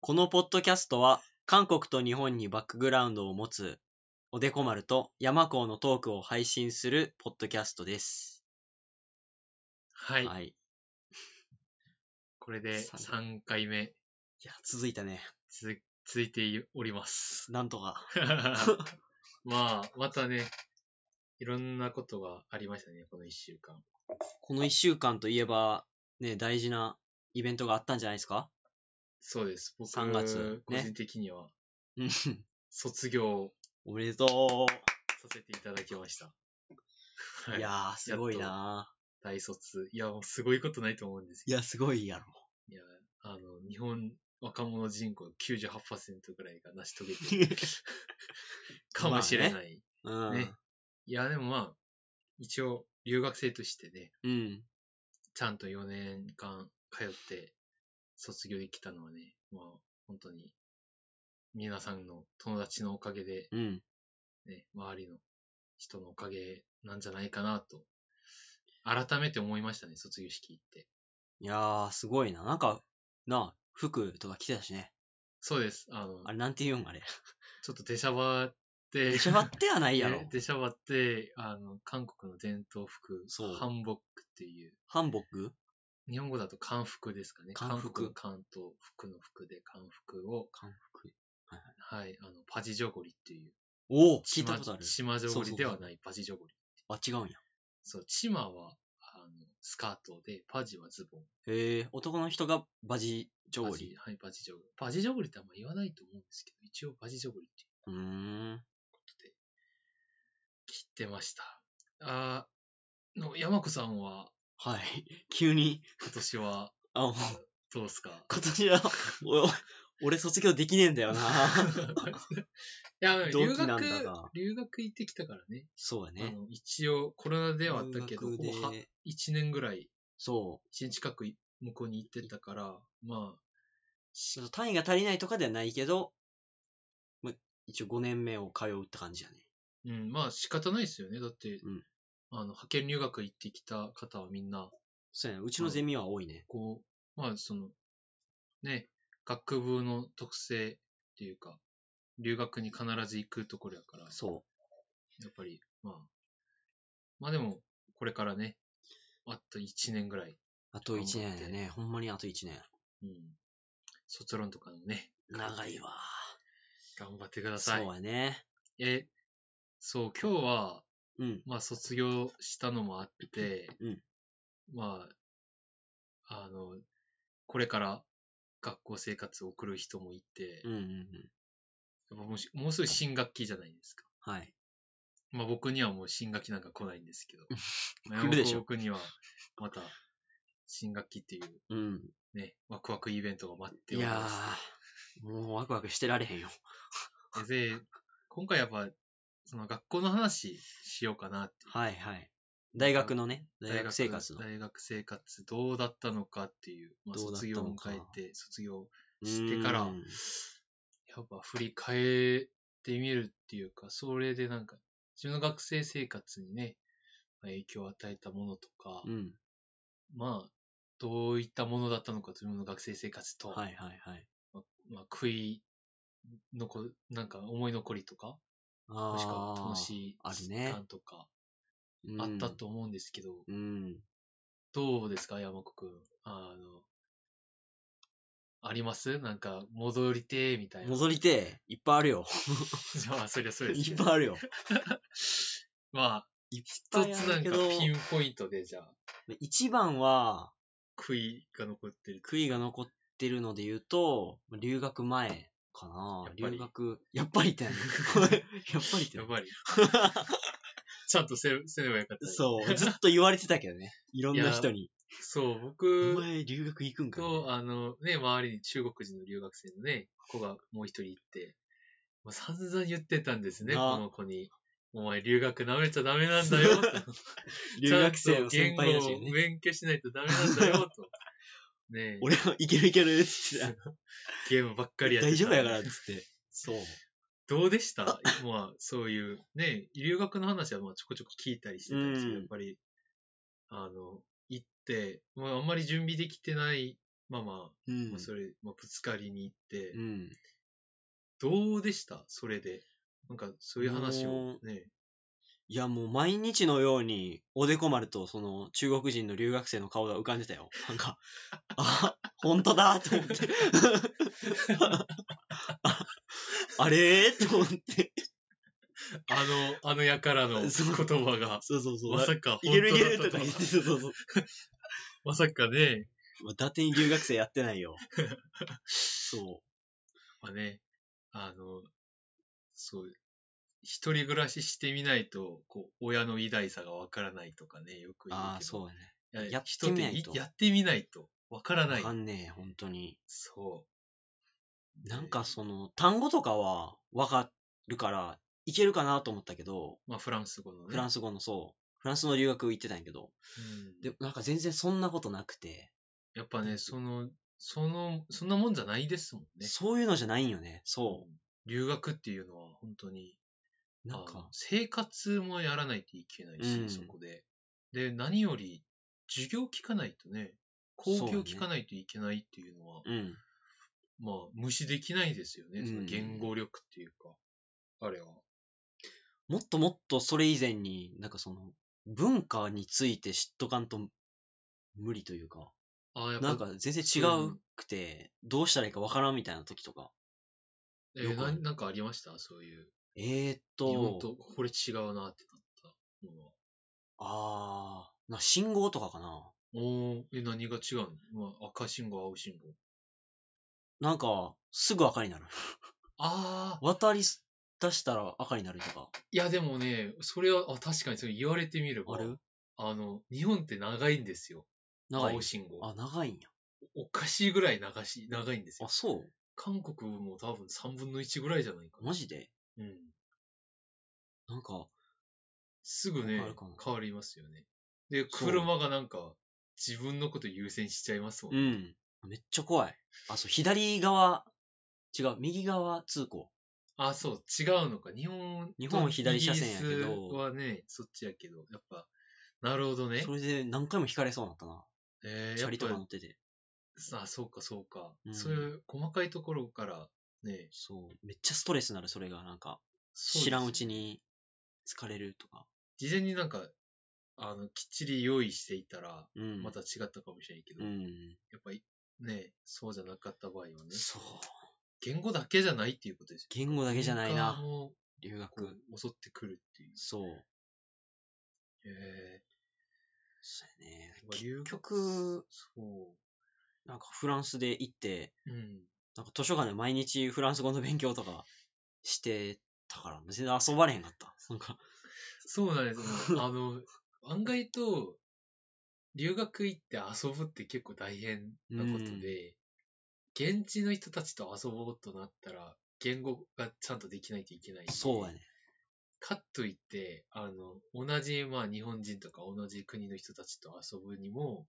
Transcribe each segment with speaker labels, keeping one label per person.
Speaker 1: このポッドキャストは、韓国と日本にバックグラウンドを持つ、おでこ丸と山高のトークを配信するポッドキャストです。
Speaker 2: は
Speaker 1: はい。
Speaker 2: い。
Speaker 1: い
Speaker 2: これで
Speaker 1: 三
Speaker 2: 3回目、
Speaker 1: や、続いたね。
Speaker 2: つ、続いてお ります。
Speaker 1: なんとか。
Speaker 2: まあ、またね、いろんなことがありましたね、この1週間。
Speaker 1: この一週間といえば、ね、大事なイベントがあったんじゃないですか
Speaker 2: そうです。僕
Speaker 1: 三月
Speaker 2: 個
Speaker 1: ね
Speaker 2: 人的には、
Speaker 1: うん。
Speaker 2: 卒業
Speaker 1: おめでと
Speaker 2: させていただきました。
Speaker 1: う、、
Speaker 2: はい
Speaker 1: やー、すごいな
Speaker 2: 大卒。いや、もうすごいことないと思うんです
Speaker 1: ー。い
Speaker 2: けど。
Speaker 1: や、すごい やろ。
Speaker 2: いや、あの、日本若者人口98%ぐらいが成し遂げてるかもし れ
Speaker 1: ま
Speaker 2: ない。
Speaker 1: うん。
Speaker 2: ねいや、でもまあ、一応、留学生としてね、
Speaker 1: うん。
Speaker 2: ちゃんと4年間通って卒業できたのはね、まあ、本当に、皆さんの友達のおかげで、
Speaker 1: うん。
Speaker 2: ね、周りの人のおかげなんじゃないかなと、改めて思いましたね、卒業式行って。
Speaker 1: いやー、すごいな。なんか、なあ、服とか着てたしね。
Speaker 2: そうです。あの、
Speaker 1: あれ、なんて言うんあ れ。
Speaker 2: ちょっと出しゃばって、
Speaker 1: 出しゃばってはないやろ
Speaker 2: ね。 出しゃばって、あの、韓国の伝統服
Speaker 1: そう、
Speaker 2: ハンボックっていう、
Speaker 1: ハンボック
Speaker 2: 日本語だと漢服ですかね。
Speaker 1: 漢服
Speaker 2: 韓国の漢と服の服で漢服を、
Speaker 1: 韓服。
Speaker 2: はい、あの、パジジョゴリっていう。
Speaker 1: おお聞
Speaker 2: チ
Speaker 1: いた
Speaker 2: マ
Speaker 1: ことある。
Speaker 2: チマジョゴ
Speaker 1: そうそうそ
Speaker 2: リ
Speaker 1: う
Speaker 2: ではないパジジョゴリ。
Speaker 1: あ、違うんや。
Speaker 2: そう、チマは、あの、スカートで、パジはズボン。
Speaker 1: へえ、男の人がバジジョー
Speaker 2: パジ
Speaker 1: リ。
Speaker 2: はい、パジジョゴリ。パジジョゴリってあんま言わないと思うんですけど、一応パジジョゴリっていう
Speaker 1: うーん。
Speaker 2: ことで、切ってました。あーの、山子さんは、
Speaker 1: はい。 急に、
Speaker 2: 今年は、
Speaker 1: あ、もう
Speaker 2: どうですか
Speaker 1: 今年は、お俺卒業できねえんだよ な。
Speaker 2: いや、
Speaker 1: 同
Speaker 2: 留
Speaker 1: 期なん
Speaker 2: 学
Speaker 1: だが、
Speaker 2: 留学行ってきたからね。
Speaker 1: そうや
Speaker 2: あ
Speaker 1: ね。
Speaker 2: の一応、コロナではあったけど、ほ
Speaker 1: 留
Speaker 2: ぼ
Speaker 1: 学
Speaker 2: は
Speaker 1: で
Speaker 2: 1年ぐらい、
Speaker 1: そ
Speaker 2: 1年近くい向こうに行ってたから、まあ、
Speaker 1: う。ちょっと単位が足りないとかではないけど、ま、一応5年目を通うって感じやね。
Speaker 2: うん、まあ仕方ないですよね。だって、
Speaker 1: うん
Speaker 2: あの、派遣留学行ってきた方はみんな、
Speaker 1: そうやね。うちのゼミは多いね。
Speaker 2: こう、まあその、ね、学部の特性っていうか、留学に必ず行くところやから、
Speaker 1: そ
Speaker 2: やっぱり、まあ、まあでも、これからね、あと1年ぐらい、
Speaker 1: う。あと1年やね。ほんまにあと1年。
Speaker 2: うん、卒論とかのね、
Speaker 1: 長いわ。
Speaker 2: 頑張ってくだ
Speaker 1: そ
Speaker 2: さい。
Speaker 1: うやね。
Speaker 2: え、そう、今日は、
Speaker 1: うん。
Speaker 2: まあ、卒業したのもあって、
Speaker 1: うん
Speaker 2: まあ、あの、これから学校生活を送る人もいて、
Speaker 1: うんうんうん。
Speaker 2: やっぱもうしもうすぐ新学期じゃないですか。
Speaker 1: はい。
Speaker 2: まあ、僕にはもう新学期なんか来ないんですけど、まあ
Speaker 1: 来るでしょ
Speaker 2: 僕にはまた新学期ってい
Speaker 1: うん。
Speaker 2: うね、ワクワクイベントが待って
Speaker 1: い
Speaker 2: おり
Speaker 1: や
Speaker 2: ます。
Speaker 1: ー、もうワクワクしてられへんよ。
Speaker 2: で、今回やっぱ、その学校の話しようかなっていう
Speaker 1: はいはい。大学のね、
Speaker 2: 大
Speaker 1: 大
Speaker 2: 学
Speaker 1: 学生活の。
Speaker 2: 大学生活どうだったのかっていう、まあ、
Speaker 1: どうだった
Speaker 2: 卒業
Speaker 1: の
Speaker 2: を
Speaker 1: か
Speaker 2: 迎えて、卒業してから、
Speaker 1: う
Speaker 2: や
Speaker 1: ーん
Speaker 2: っぱ振り返ってみるっていうか、それでなんか、自分の学生生活にね、まあ影響を与えたものとか、
Speaker 1: うん。
Speaker 2: まあ、どういったものだったのか、自分の学生生活と、
Speaker 1: はいはいはい。
Speaker 2: まあ、悔い、のこ、なんか思い残りとか、もしくは楽しい
Speaker 1: ある
Speaker 2: 時
Speaker 1: ね
Speaker 2: 間とか、
Speaker 1: あー
Speaker 2: あった。と思うんですけど、
Speaker 1: うん。うん
Speaker 2: どうですか、山子くん。あの、ありますなんか、戻りてーみたいな。
Speaker 1: 戻りてえ、いっぱいあるよ。
Speaker 2: まあ、そりゃそうです
Speaker 1: い
Speaker 2: け
Speaker 1: っ
Speaker 2: ど。
Speaker 1: ぱいあるよ。
Speaker 2: まあ、
Speaker 1: いっぱ
Speaker 2: 一
Speaker 1: い
Speaker 2: つ
Speaker 1: あ
Speaker 2: な
Speaker 1: る
Speaker 2: ん
Speaker 1: け
Speaker 2: か
Speaker 1: ど、
Speaker 2: ピンポイントで、じゃあ、
Speaker 1: 一番は、
Speaker 2: 悔いが残ってる。
Speaker 1: 悔いが残ってるので言うと、留学前かな
Speaker 2: やっぱり
Speaker 1: 留学、やっぱり って何やっぱりって
Speaker 2: や
Speaker 1: 何
Speaker 2: ばい。ちゃんとせ、せればよかった。う。
Speaker 1: そう、ずっと言われてたけどね。いろんな人に。
Speaker 2: そう、
Speaker 1: お
Speaker 2: 僕
Speaker 1: 前留学行くんかみたいな
Speaker 2: と、あの、ね、周りに中国人の留学生のね、子がもう一人いて、まあ、散々言ってたんですね、こ
Speaker 1: なあ
Speaker 2: の子に。お前、留学舐めちゃダメなんだよ、と。
Speaker 1: 留学生の先輩だし
Speaker 2: ちゃんと言語を
Speaker 1: ね。
Speaker 2: 勉強しないとダメなん だよ、と。ねえ、
Speaker 1: 俺はいけるいけるっつって。
Speaker 2: ゲームばっかりやって。
Speaker 1: 大丈夫やかららっつって。そう。
Speaker 2: どうでしたまあ、そういう、ねえ、留学の話はまあちょこちょこ聞いたりしてたんですけど、
Speaker 1: うん
Speaker 2: やっぱり、あの、行って、まあ、あんまり準備できてないまあま
Speaker 1: う
Speaker 2: あ、
Speaker 1: ん
Speaker 2: まあ、それ、まあ、ぶつかりに行って、
Speaker 1: うん。
Speaker 2: どうでしたそれで。なんか、そういう話をね。
Speaker 1: いや、もう毎日のように、おでこ丸と、その、中国人の留学生の顔が浮かんでた よ。なんか、あ、本当だと思って。 ああれーと思って。
Speaker 2: あの、あのやからの言
Speaker 1: そう
Speaker 2: 葉が。
Speaker 1: そう そうそう。
Speaker 2: まさか、
Speaker 1: いけるいけると
Speaker 2: 本当
Speaker 1: か
Speaker 2: だ
Speaker 1: 言
Speaker 2: っ
Speaker 1: った
Speaker 2: と
Speaker 1: て、そうそうそう。
Speaker 2: まさかね、
Speaker 1: まあ、伊達に留学生やってない よ。そ
Speaker 2: まあね、あの、そう、一人暮らししてみないと、こう、親の偉大さがわからないとかね、よく
Speaker 1: う。
Speaker 2: 言うけど。
Speaker 1: ああ、そうやね。
Speaker 2: い
Speaker 1: やってみないと
Speaker 2: 人ってやってみないと、わからな
Speaker 1: わ
Speaker 2: い。
Speaker 1: かんねえ、本当に。
Speaker 2: そう。
Speaker 1: なんか
Speaker 2: う。
Speaker 1: その、単語とかはわかるから、いけるかなと思ったけど、
Speaker 2: まあ、フランス語のね。
Speaker 1: フラン
Speaker 2: ス。
Speaker 1: ス語のそう、フランスの留学行ってたんやけど、で、なんか全然そんなことなくて、
Speaker 2: やっぱね、その、その、そんなもんじゃないですもんね。。
Speaker 1: そういうのじゃないんよね。そう
Speaker 2: 留学っていうのは、本当に、
Speaker 1: う。なん
Speaker 2: あの
Speaker 1: か、
Speaker 2: 生活もやらないといけないし、
Speaker 1: うん
Speaker 2: そこで。で、何より、授業聞かないとね、講義を聞かないといけないっていうのは、
Speaker 1: うん。
Speaker 2: まあ、無視できないですよね。
Speaker 1: うん
Speaker 2: その言語力っていうか、あれは。
Speaker 1: もっともっとそれ以前に、なんかその、文化について知っとかんと無理というか、
Speaker 2: ああ、やっぱ、
Speaker 1: なんか全然違うくて、どうしたらいいかわからんみたいな時とか。
Speaker 2: え
Speaker 1: よくあ
Speaker 2: な
Speaker 1: る
Speaker 2: なんかありましたそういう。
Speaker 1: えーっ
Speaker 2: 日本
Speaker 1: と、
Speaker 2: と、これ違うなってなったものは。
Speaker 1: あー、な信号とかかな。
Speaker 2: おー、え、何が違うの、まあ、赤信号、青信号。
Speaker 1: なんか、すぐ赤になる。
Speaker 2: ああ、
Speaker 1: 渡りす出したら赤になるとか。
Speaker 2: いやでもね、それは、あ、確かにそれ言われてみれば、
Speaker 1: あれ
Speaker 2: あの、日本って長いんですよ。
Speaker 1: 長い
Speaker 2: 青。信号。
Speaker 1: あ、長いんや。
Speaker 2: おかしいぐらい長し、長いんです
Speaker 1: あ、
Speaker 2: よ。
Speaker 1: そ
Speaker 2: 韓国も多分3分の1ぐらいじゃないか
Speaker 1: う
Speaker 2: な。
Speaker 1: マジで
Speaker 2: うん。
Speaker 1: なんか、
Speaker 2: すぐね
Speaker 1: わかるかも、
Speaker 2: 変わりますよね。で、
Speaker 1: そう
Speaker 2: 車がなんか、自分のこと優先しちゃいますもん。
Speaker 1: うん。めっちゃ怖い。あ、そう、左側、違う、右側通行。
Speaker 2: あ、そう、違うのか。日本と
Speaker 1: 日本は左車線やけど
Speaker 2: イギリスはね、そっちやけど、やっぱ、なるほどね。
Speaker 1: それで何回も引かれそうになったな。
Speaker 2: えー、
Speaker 1: チ
Speaker 2: や
Speaker 1: ャ
Speaker 2: っ
Speaker 1: リとか
Speaker 2: ぱ
Speaker 1: 乗ってて。
Speaker 2: あ、そうか、そうか、
Speaker 1: うん
Speaker 2: そういう細かいところからね、
Speaker 1: そう。めっちゃストレスになる、それが。なんか、
Speaker 2: そうです
Speaker 1: 知らんうちに疲れるとか。
Speaker 2: 事前になんか、あの、きっちり用意していたら、
Speaker 1: うん。
Speaker 2: また違ったかもしれないけど、
Speaker 1: う
Speaker 2: や
Speaker 1: ん。
Speaker 2: っぱりね、そうじゃなかった場合はね、
Speaker 1: そう。
Speaker 2: 言語だけじゃないっていうことですよ。
Speaker 1: 言語だけじゃない
Speaker 2: 文化
Speaker 1: な。
Speaker 2: も
Speaker 1: 留
Speaker 2: こ
Speaker 1: 学。
Speaker 2: う襲ってくるっていう。
Speaker 1: そう。
Speaker 2: え
Speaker 1: そうやね。
Speaker 2: ー、留
Speaker 1: 結局、
Speaker 2: そ
Speaker 1: なんかフランスで行って、
Speaker 2: う。うん。
Speaker 1: なんか図書館で毎日フランス語の勉強とかしてたから、全然遊ばれへんかった。なんか、
Speaker 2: そうなんです よ。あの、案外と、留学行って遊ぶって結構大変なことで、現地の人たちと遊ぼうとなったら、言語がちゃんとできないといけないし
Speaker 1: そうやね。
Speaker 2: かといって、あの、同じ、まあ、日本人とか同じ国の人たちと遊ぶにも、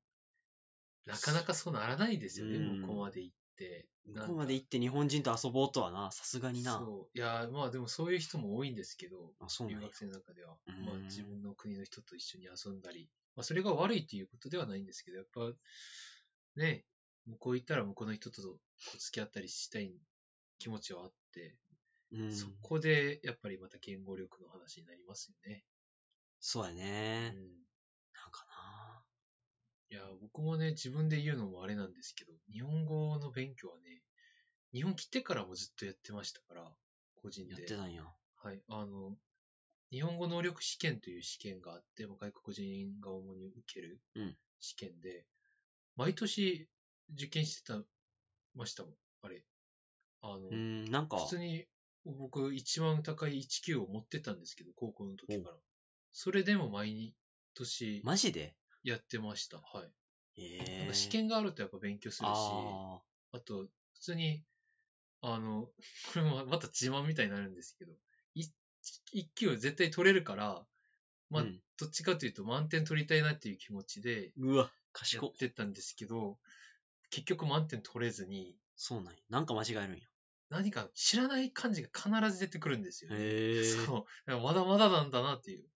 Speaker 2: なかなかそうならないですよね、
Speaker 1: うん
Speaker 2: 向こうまで行って。
Speaker 1: 向こうまで行って日本人と遊ぼうとはな、さすがにな。
Speaker 2: そう。いや、まあでもそういう人も多いんですけど、
Speaker 1: あ、そうな
Speaker 2: 留
Speaker 1: んや
Speaker 2: 学。生の中では、
Speaker 1: うん
Speaker 2: まあ、自分の国の人と一緒に遊んだり、まあ、それが悪いということではないんですけど、やっぱ、ね、向こう行ったら向こうの人とこう付き合ったりしたい気持ちはあって、
Speaker 1: うん。
Speaker 2: そこでやっぱりまた言語力の話になりますよね。
Speaker 1: そうや
Speaker 2: うん、
Speaker 1: ね。なんかな。
Speaker 2: いや、僕もね、自分で言うのもあれなんですけど、日本語の勉強はね、日本来てからもずっとやってましたから、個人で。
Speaker 1: やってたんや。
Speaker 2: はい、あの、日本語能力試験という試験があって、まあ外国人が主に受ける
Speaker 1: うん
Speaker 2: 試験で、毎年受験してた、ましたもん、あれ。あの、
Speaker 1: うん、なんか、
Speaker 2: 普通に僕一番高い1級を持ってたんですけど、高校の時から。それでも毎年
Speaker 1: マジで
Speaker 2: やってました。はい。なん
Speaker 1: ええ
Speaker 2: か試験があるとやっぱ勉強するし、
Speaker 1: あ
Speaker 2: あと、普通に、あの、 これもまた自慢みたいになるんですけど、い一級は絶対取れるから、
Speaker 1: ー
Speaker 2: まあ
Speaker 1: うん
Speaker 2: どっちかというと満点取りたいなっていう気持ちで
Speaker 1: うわ、
Speaker 2: や
Speaker 1: 賢っ
Speaker 2: っ。てたんですけど、結局満点取れずに、
Speaker 1: そうなんや。なんか間違えるんや。
Speaker 2: 何か知らない漢字が必ず出てくるんですよね。
Speaker 1: へえ。
Speaker 2: そう。だからまだまだなんだなっていうこ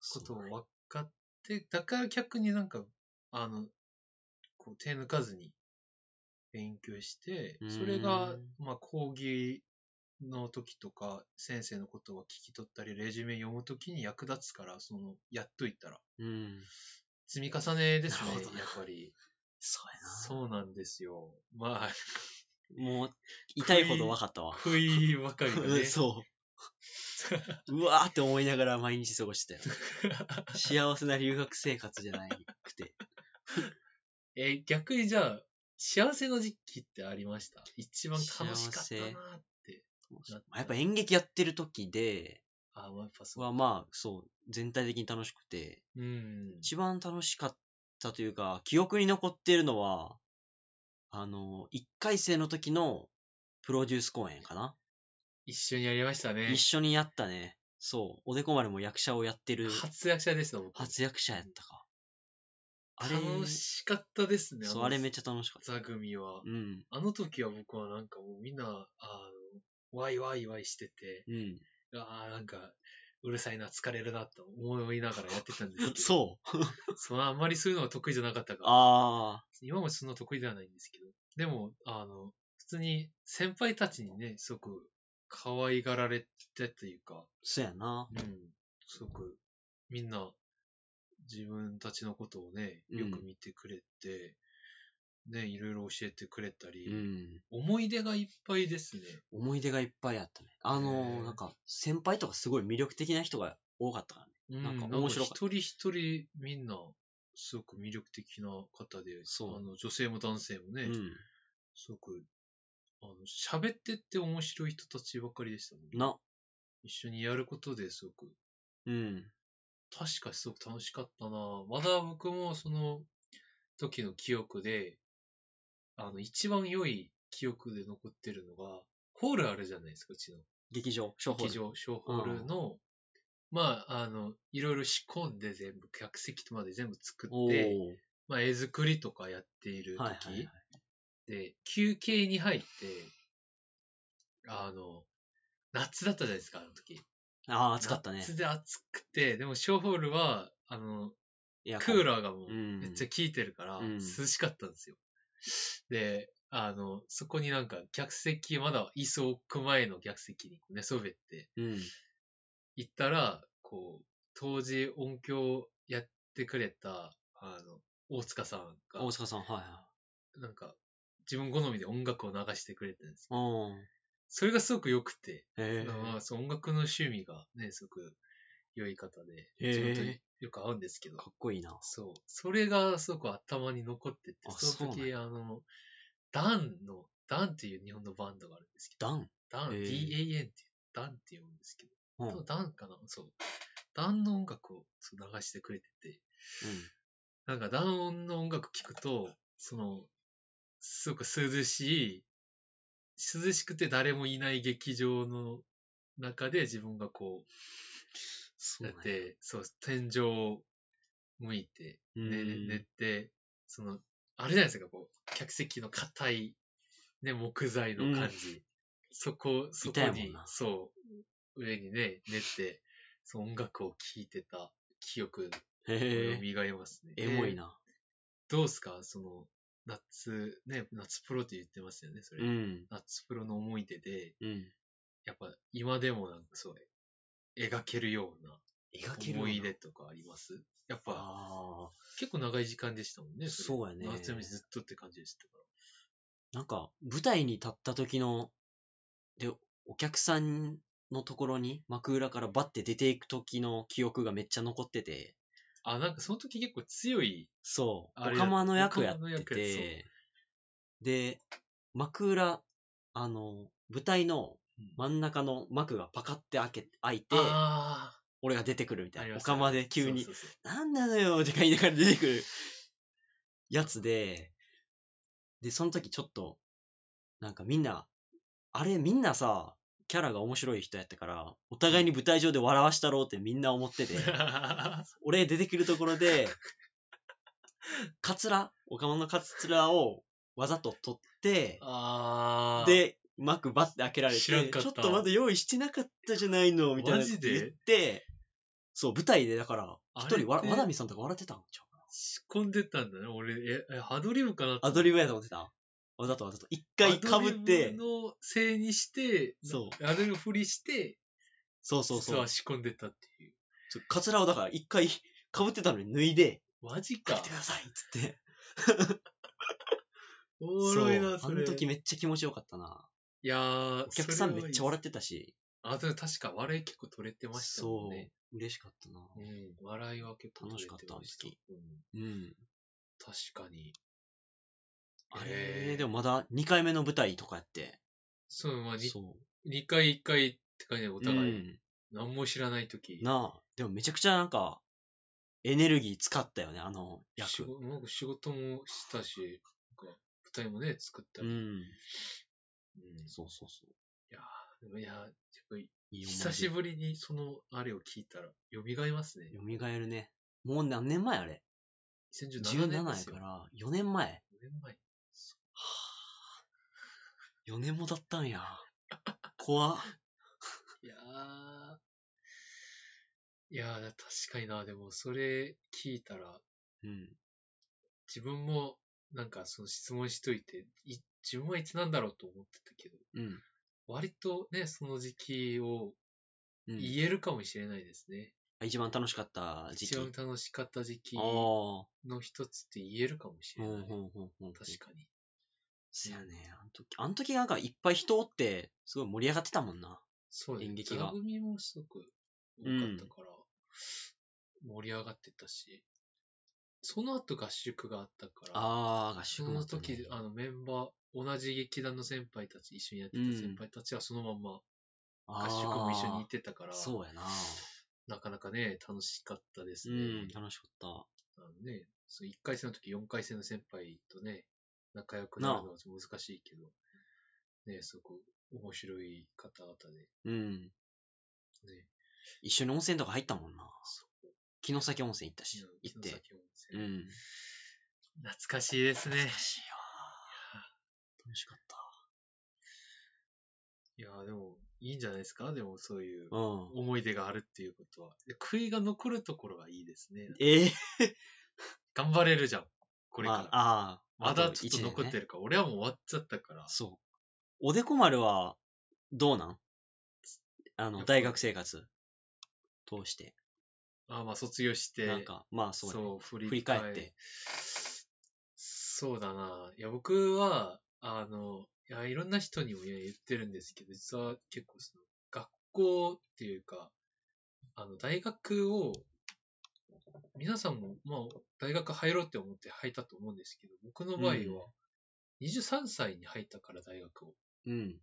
Speaker 1: そう
Speaker 2: とを
Speaker 1: なんや
Speaker 2: 分かって、だから逆になんか、あの、こう手抜かずに勉強して
Speaker 1: う、ん
Speaker 2: それが、まあ、講義の時とか、先生のことを聞き取ったり、レジュメ読む時に役立つから、その、やっといたら。
Speaker 1: うん。
Speaker 2: 積み重ねですね
Speaker 1: なるほど、な
Speaker 2: やっぱり。
Speaker 1: そう
Speaker 2: そうなんですよ。まあ、
Speaker 1: やな。もう、痛いほど分かったわ。
Speaker 2: 食いばかりだ ね。
Speaker 1: そ う。うわーって思いながら毎日過ごしてたよ。幸せな留学生活じゃなくて。
Speaker 2: え、逆にじゃあ、幸せの時期ってありました一番楽しかったなーって。
Speaker 1: まあやっぱ演劇やってる時で、
Speaker 2: あ、まあやっぱそう。
Speaker 1: はまあ、そう、全体的に楽しくて、
Speaker 2: うん。
Speaker 1: 一番楽しかったというか、記憶に残ってるのは、あの、1回生の時のプロデュース公演かな。
Speaker 2: 一緒にやりましたね
Speaker 1: 一。緒にやったね。そう、おでこ丸も役者をやってる
Speaker 2: 初役者ですよ、僕。
Speaker 1: 初役者やったか。あれ、
Speaker 2: 楽しかったですね。
Speaker 1: そう、あれめっ
Speaker 2: ち
Speaker 1: ちゃ楽しかった。
Speaker 2: 座組は。
Speaker 1: うん。
Speaker 2: あの時は僕はなんかもうみんな、あの、ワイワイワイしてて、
Speaker 1: うん。
Speaker 2: ああ、なんか、うるさいな、疲れるなと思いながらやってたんですけど。う。
Speaker 1: そう。
Speaker 2: そう、あんまりそういうのは得意じゃなかったから。
Speaker 1: ああ。
Speaker 2: 今もそんな得意ではないんですけど、でも、あの、普通に先輩たちにね、すごく可愛がられてというか、
Speaker 1: そうやな。
Speaker 2: うん、すごくみんな自分たちのことをね、
Speaker 1: うん
Speaker 2: よく見てくれて、ね、いろいろ教えてくれたり、
Speaker 1: うん。
Speaker 2: 思い出がいっぱいですね。
Speaker 1: 思い出がいっぱいあったね。あ
Speaker 2: へ
Speaker 1: の
Speaker 2: え
Speaker 1: ー、なんか、先輩とかすごい魅力的な人が多かったからね。
Speaker 2: うん、
Speaker 1: なんか面白かった
Speaker 2: なん一人一人みんな、すごく魅力的な方で、
Speaker 1: そう
Speaker 2: あの女性も男性もね、
Speaker 1: う
Speaker 2: すごく、あの、喋ってって面白い人たちばかりでしたね。
Speaker 1: ん。な。
Speaker 2: 一緒にやることですごく、
Speaker 1: うん。
Speaker 2: 確かにすごく楽しかったなまだ僕もその時の記憶で、あの、一番良い記憶で残ってるのが、ホールあるじゃないですか、うちの。
Speaker 1: 劇場、商法。
Speaker 2: 劇場、小ホールの、まあ、あの、いろいろ仕込んで全部、客席まで全部作
Speaker 1: お
Speaker 2: っ
Speaker 1: ー
Speaker 2: て、まあ、絵作りとかやっている時、
Speaker 1: はいはいはい
Speaker 2: で、休憩に入って、あの、夏だったじゃないですか、あの時。
Speaker 1: ああ、暑かったね。
Speaker 2: 夏で暑くて、でもショーホールは、あの、
Speaker 1: いや
Speaker 2: クーラーがもう
Speaker 1: うん
Speaker 2: めっちゃ効いてるから、
Speaker 1: うん
Speaker 2: 涼しかったんですよ。で、あの、そこになんか客席、まだ椅子を置く前の客席に寝そべって
Speaker 1: うん。
Speaker 2: 行ったら、こう、当時音響やってくれた、あの、大塚さんが
Speaker 1: 大、阪さん、はいは
Speaker 2: なんか、自分好みで音楽を流してくれてるんですよ
Speaker 1: い。うん。
Speaker 2: それがすごく良くて、
Speaker 1: へ
Speaker 2: だからまあそう音楽の趣味がね、すごく良い方で、
Speaker 1: へえ
Speaker 2: 自分とよく合うんですけ
Speaker 1: え。
Speaker 2: ど
Speaker 1: か、っこいいな。
Speaker 2: そう。それがすごく頭に残ってて、
Speaker 1: あ
Speaker 2: その時、あの、ダンの、ダンっていう日本のバンドがあるんですけど、
Speaker 1: ダン。
Speaker 2: ダン、
Speaker 1: へえ
Speaker 2: DAN って、ダンって呼ぶんですけ
Speaker 1: う
Speaker 2: ど、
Speaker 1: ん。う
Speaker 2: 多分ダンかなそう。ダンの音楽をそう流してくれてて、
Speaker 1: ん
Speaker 2: なんかダンの音楽聴くと、その、すごく涼しい、涼しくて誰もいない劇場の中で自分がこう、
Speaker 1: そう
Speaker 2: や
Speaker 1: なん
Speaker 2: っ
Speaker 1: や
Speaker 2: て、そう、天井を向いて、
Speaker 1: うん
Speaker 2: 寝寝て、その、あれじゃないですか、こう、客席の硬い、ね、木材の感じ。そこ、そこ
Speaker 1: 痛いもん
Speaker 2: に
Speaker 1: な、
Speaker 2: そう、上にね、寝て、その音楽を聴いてた記憶、
Speaker 1: へ
Speaker 2: 蘇りますね。
Speaker 1: え。エモいな。
Speaker 2: で。どうすか、その、夏、ね、夏プロって言ってますよね、それ。
Speaker 1: うん。
Speaker 2: 夏プロの思い出で、
Speaker 1: うん。
Speaker 2: やっぱ今でもなんかそう、描けるような
Speaker 1: 描けるよな
Speaker 2: 思い出とかありますやっぱ、
Speaker 1: ああ。
Speaker 2: 結構長い時間でしたもんね。れ
Speaker 1: そうやね
Speaker 2: 夏休みずっとって感じでしたから。
Speaker 1: なんか、舞台に立った時の、で、お客さんのところに、幕裏からバッて出ていく時の記憶がめっちゃ残ってて、
Speaker 2: あ、なんかその時結構強い。
Speaker 1: そう。
Speaker 2: あ
Speaker 1: オ
Speaker 2: れ
Speaker 1: カ
Speaker 2: や
Speaker 1: マの役やっ
Speaker 2: オカマの
Speaker 1: て
Speaker 2: 役や
Speaker 1: て、で、幕裏、あの、舞台の真ん中の幕がパカって開け、開いて、
Speaker 2: あ
Speaker 1: 俺が出てくるみ
Speaker 2: あ、
Speaker 1: た
Speaker 2: あ
Speaker 1: い
Speaker 2: り
Speaker 1: な。
Speaker 2: ま
Speaker 1: オ
Speaker 2: した
Speaker 1: カ
Speaker 2: ね
Speaker 1: マで急に、
Speaker 2: そうそうそ
Speaker 1: なんなのよとか言いながら出てくるやつで、で、その時ちょっと、なんかみんな、あれみんなさ、キャラが面白い人やったから、お互いに舞台上で笑わしたろうってみんな思ってて
Speaker 2: う、
Speaker 1: 俺出てくるところで、カツラ、オカマのカツラをわざと取って、
Speaker 2: ああ。、
Speaker 1: で、幕バッて開けられて、
Speaker 2: 知
Speaker 1: ち
Speaker 2: らんかった
Speaker 1: ょっとまだ用意してなかったじゃないの、みたいな
Speaker 2: マジで
Speaker 1: 言って、そう、舞台でだから、
Speaker 2: あれっ
Speaker 1: 一
Speaker 2: て
Speaker 1: 人わ、わだみさんとか笑ってたんちゃう
Speaker 2: 仕込んでたんだね。俺、え、えアドリブかな
Speaker 1: アドリ
Speaker 2: ブ。
Speaker 1: ブやと思ってたわざとわざと、一回かぶっ
Speaker 2: アドリ
Speaker 1: て
Speaker 2: ブ、のせいにして、。
Speaker 1: そう
Speaker 2: やるふりして、
Speaker 1: そうそう
Speaker 2: 実
Speaker 1: そう
Speaker 2: は。仕込んでたっていう。
Speaker 1: そうカツラをだから一回かぶってたのに脱いで、
Speaker 2: マジ
Speaker 1: か
Speaker 2: か
Speaker 1: けて。くださいっつって。
Speaker 2: おもろいな、
Speaker 1: そ
Speaker 2: そう
Speaker 1: あ
Speaker 2: れ。
Speaker 1: の時めっちゃ気持ちよかったな。
Speaker 2: いやー、
Speaker 1: お客さんめっちゃ笑
Speaker 2: っ
Speaker 1: ってたし、
Speaker 2: あ、でも確か笑い結構取れてましたも
Speaker 1: そ
Speaker 2: んね。
Speaker 1: う、嬉しかったな。
Speaker 2: うん。笑いは結構取れてました。
Speaker 1: 楽しかっ
Speaker 2: うん。
Speaker 1: うん。
Speaker 2: 確かに。
Speaker 1: あ
Speaker 2: へ
Speaker 1: れ、
Speaker 2: ー
Speaker 1: でもまだ2回目の舞台とかやって。
Speaker 2: そう、まあ、に
Speaker 1: そ
Speaker 2: 二回一回って感じでお
Speaker 1: う。う
Speaker 2: 互い、
Speaker 1: ん。
Speaker 2: 何も知らない時。
Speaker 1: なあ、でもめちゃくちゃなんか、エネルギー使ったよね、あの
Speaker 2: 仕
Speaker 1: 役。
Speaker 2: 事なんか仕事もしたし、なんか舞台もね、作った
Speaker 1: う
Speaker 2: り。
Speaker 1: ん。
Speaker 2: うん
Speaker 1: そうそうそう。
Speaker 2: でもいや、やっぱり
Speaker 1: いい思い出
Speaker 2: 久しぶりにそのあれを聞いたら、蘇りますね。
Speaker 1: 蘇るね。もう何年前あれ
Speaker 2: 2017
Speaker 1: ?17 や
Speaker 2: 年
Speaker 1: か
Speaker 2: ですよ。
Speaker 1: ら、4年前。
Speaker 2: 4年前。
Speaker 1: 4年も経った んや。怖っ
Speaker 2: いやー。いやー、確かにな、でもそれ聞いたら、
Speaker 1: うん。
Speaker 2: 自分もなんかその質問しといて、い自分はいつなんだろうと思ってたけど、
Speaker 1: うん。
Speaker 2: 割とね、その時期を
Speaker 1: うん、
Speaker 2: 言えるかもしれないですね。
Speaker 1: 一番楽しかった時期。
Speaker 2: 一番楽しかった時期
Speaker 1: ああ。
Speaker 2: の一つって言えるかもし
Speaker 1: ほ
Speaker 2: れ
Speaker 1: ん
Speaker 2: な
Speaker 1: ほ
Speaker 2: い。
Speaker 1: んほんほんほん。
Speaker 2: 確かに。
Speaker 1: そやね。あの時、あの時なんかいっぱい人おって、すごい盛り上がってたもんな。
Speaker 2: そうね。
Speaker 1: 演劇が
Speaker 2: 座組もすごく多かったから、盛り上がってたし、その後合宿があったから、
Speaker 1: ああ、合宿も
Speaker 2: そ
Speaker 1: あ
Speaker 2: の
Speaker 1: ったね
Speaker 2: 時、あのメンバー、同じ劇団の先輩たち、一緒にやってた先輩たちはそのまんま合宿も一緒に行っ
Speaker 1: あ
Speaker 2: てたから、
Speaker 1: ーそうやな。
Speaker 2: なかなかね、楽しかったです
Speaker 1: う
Speaker 2: ね。
Speaker 1: ん、楽しかった。
Speaker 2: あのね、そう1回戦の時、4回戦の先輩とね、仲良くなるのは難しいけど、ね、すごく面白い方々
Speaker 1: うん。
Speaker 2: で、ね、
Speaker 1: 一緒に温泉とか入ったもんな。
Speaker 2: そう
Speaker 1: 城崎温泉行ったし、行っ
Speaker 2: 城
Speaker 1: て。
Speaker 2: 崎温
Speaker 1: う
Speaker 2: 泉
Speaker 1: ん。
Speaker 2: 懐かしいですね。
Speaker 1: しいよ。楽しかっ
Speaker 2: いやー、でも、いいんじゃないですかでも、そういう
Speaker 1: た。うん。
Speaker 2: 思い出があるっていうことは。で悔いが残るところがいいですね。
Speaker 1: ええ
Speaker 2: 頑張れるじゃん。これから。
Speaker 1: まあ、あー
Speaker 2: まだ
Speaker 1: あと
Speaker 2: ちょっ
Speaker 1: 一
Speaker 2: と
Speaker 1: 年ね
Speaker 2: 残ってるから、俺はもう終わっちゃったから。
Speaker 1: そう。おでこ丸は、どうなんあ
Speaker 2: や
Speaker 1: の、
Speaker 2: っぱ
Speaker 1: 大学生活通して。
Speaker 2: あーまあ、卒業して、
Speaker 1: なんか、まあそうだね
Speaker 2: そう、振り
Speaker 1: 振り返って。
Speaker 2: そうだな。いや、僕は、あの、いや、いろんな人にもいや言ってるんですけど、実は結構その、学校っていうか、あの、大学を、皆さんも、まあ、大学入ろうって思って入ったと思うんですけど、僕の場合は
Speaker 1: うん、
Speaker 2: 23歳に入ったから大学を。
Speaker 1: うん。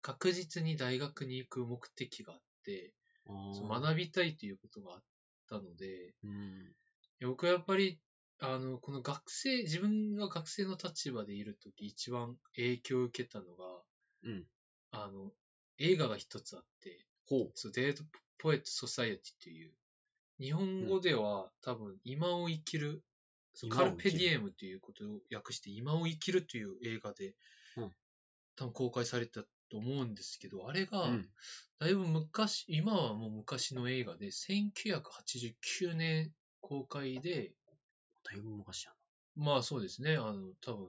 Speaker 2: 確実に大学に行く目的があって、
Speaker 1: あー
Speaker 2: そう学びたいということがあったので、
Speaker 1: うん。
Speaker 2: いや僕はやっぱり、あの、この学生、自分が学生の立場でいるとき一番影響を受けたのが、
Speaker 1: うん
Speaker 2: あの、映画が一つあって、
Speaker 1: ほう。
Speaker 2: そうデートポエットソサイエティという、日本語では、多分、今を生きる、そう
Speaker 1: 今を生
Speaker 2: カル
Speaker 1: きる
Speaker 2: ペディエムということを訳して、今を生きるという映画で、
Speaker 1: うん
Speaker 2: 多分公開されたと思うんですけど、あれが、
Speaker 1: うん
Speaker 2: だいぶ昔、今はもう昔の映画で、1989年公開で、
Speaker 1: だいぶ昔や
Speaker 2: まあそうですね、あの、多分、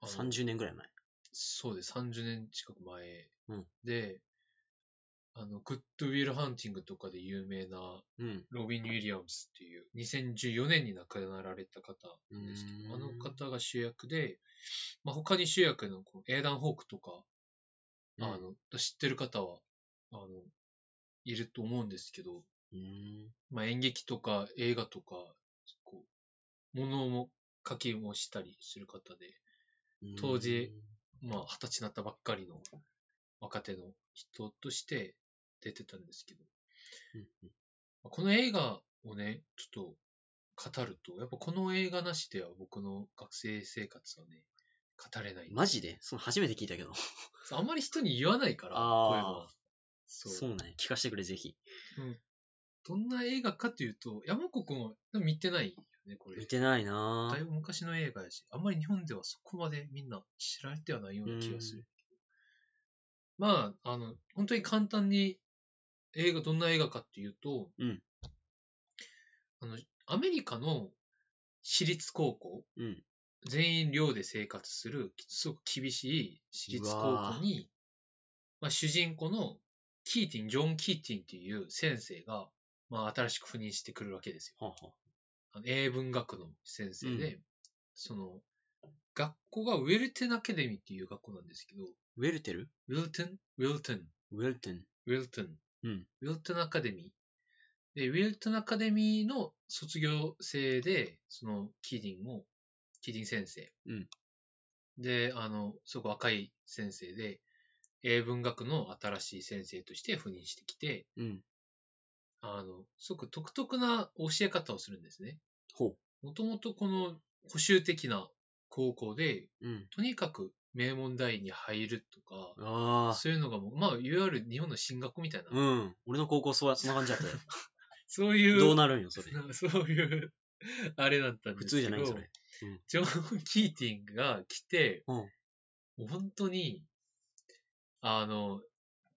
Speaker 2: あ
Speaker 1: な。
Speaker 2: の
Speaker 1: 30年ぐらい前。
Speaker 2: そうです、30年近く前
Speaker 1: うん
Speaker 2: で、あの、グッドウィルハンティングとかで有名な
Speaker 1: うん。
Speaker 2: ロビン・ウィリアムスっていう、2014年に亡くなられた方なんですけ
Speaker 1: うーん
Speaker 2: ど、あの方が主役で、まあ他に主役のこのエイダン・ホークとか、あの、知ってる方は、あの、いると思うんですけど、
Speaker 1: うん。
Speaker 2: まあ、演劇とか映画とか、こう、ものも書きもしたりする方で、
Speaker 1: うん
Speaker 2: 当時、まあ、二十歳になったばっかりの若手の人として出てたんですけど、
Speaker 1: うん
Speaker 2: まあこの映画をね、ちょっと語ると、やっぱこの映画なしでは僕の学生生活はね、語れない。
Speaker 1: マジでその初めて聞いたけど。
Speaker 2: あんまり人に言わないから、
Speaker 1: あー
Speaker 2: こういうのは。そう
Speaker 1: そうなんや。聞かせてくれ、ぜひ。
Speaker 2: どんな映画かというと、山子くんは見てないよね、これ。
Speaker 1: 見てないな
Speaker 2: だい
Speaker 1: ぁ。
Speaker 2: ぶ昔の映画やし、あんまり日本ではそこまでみんな知られてはないような気がする。まあ、あの、本当に簡単に映画、どんな映画かっていうと、
Speaker 1: うん
Speaker 2: あの、アメリカの私立高校
Speaker 1: うん
Speaker 2: 全員寮で生活する、すごく厳しい私立高校に、まあ、主人公のキーティン、ジョン・キーティンっていう先生が、まあ、新しく赴任してくるわけですよ。
Speaker 1: はは。
Speaker 2: あの英文学の先生で、その、学校がウェルテンアカデミーっていう学校なんですけど、
Speaker 1: ウェルテル
Speaker 2: ウェルテン、ウェルテン、
Speaker 1: ウェルテン。
Speaker 2: ウェルテン、
Speaker 1: うん。
Speaker 2: ウィルトンアカデミー。で、ウィルトンアカデミーの卒業生で、その、キーディンを、キーディン先生。
Speaker 1: うん
Speaker 2: で、あの、すごく若い先生で、英文学の新しい先生として赴任してきて、
Speaker 1: うん。
Speaker 2: あの、すごく独特な教え方をするんですね。
Speaker 1: ほ
Speaker 2: もともとこの補修的な高校で、
Speaker 1: う。うん。
Speaker 2: とにかく名門大に入るとか、
Speaker 1: ああ。
Speaker 2: そういうのがもう、まあ、いわゆる日本の進学みたいな、
Speaker 1: うん。俺の高校そうや、そんな感じだ ったよ。
Speaker 2: そういう、
Speaker 1: どうなるんよ、それ。
Speaker 2: な そういう、あれだったん
Speaker 1: 普
Speaker 2: です
Speaker 1: 通
Speaker 2: けど、
Speaker 1: じゃないそれ。
Speaker 2: ジョン・キーティングが来て、
Speaker 1: うん
Speaker 2: もう本当に、あの、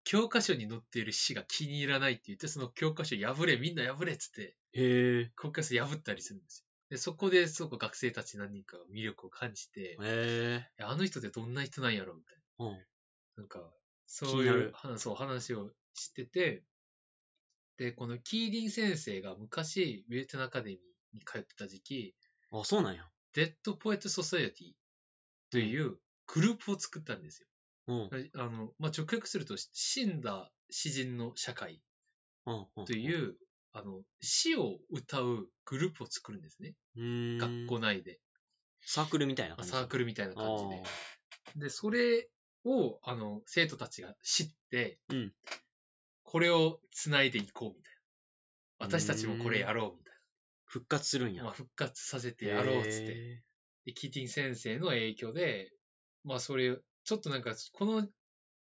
Speaker 2: 教科書に載っている詩が気に入らないって言って、その教科書破れ、みんな破れっつって、
Speaker 1: へえ。
Speaker 2: 教科書破ったりするんですよ。で、そこですごく学生たち何人かが魅力を感じて、
Speaker 1: へえ。
Speaker 2: いやあの人ってどんな人なんやろみたいな。
Speaker 1: うん
Speaker 2: なんか、そう
Speaker 1: 気にないる
Speaker 2: う話そう話をしてて、で、このキーリン先生が昔、ウェルテンアカデミーに通ってた時期、
Speaker 1: あ、そうなんや。
Speaker 2: デッドポエットソサイエティというグループを作ったんですよ。
Speaker 1: うん。
Speaker 2: あの、まあ、直訳すると、死んだ詩人の社会
Speaker 1: うん。うん
Speaker 2: とい。う、あの、死を歌うグループを作るんですね。
Speaker 1: うーん。
Speaker 2: 学校内で。
Speaker 1: サークルみたいな
Speaker 2: まあ
Speaker 1: 感じ。
Speaker 2: サーク
Speaker 1: ル
Speaker 2: ルみたいな
Speaker 1: な
Speaker 2: 感じで。で、それを、あの、生徒たちが知って、
Speaker 1: うん
Speaker 2: これを繋いでいこうみたいな。私たちもこれやろうみたい
Speaker 1: 復活するん
Speaker 2: な。
Speaker 1: や
Speaker 2: まあ、。復活させてやろうっつって。
Speaker 1: へ
Speaker 2: で、キーティン先生の影響で、まあ、それ、ちょっとなんか、この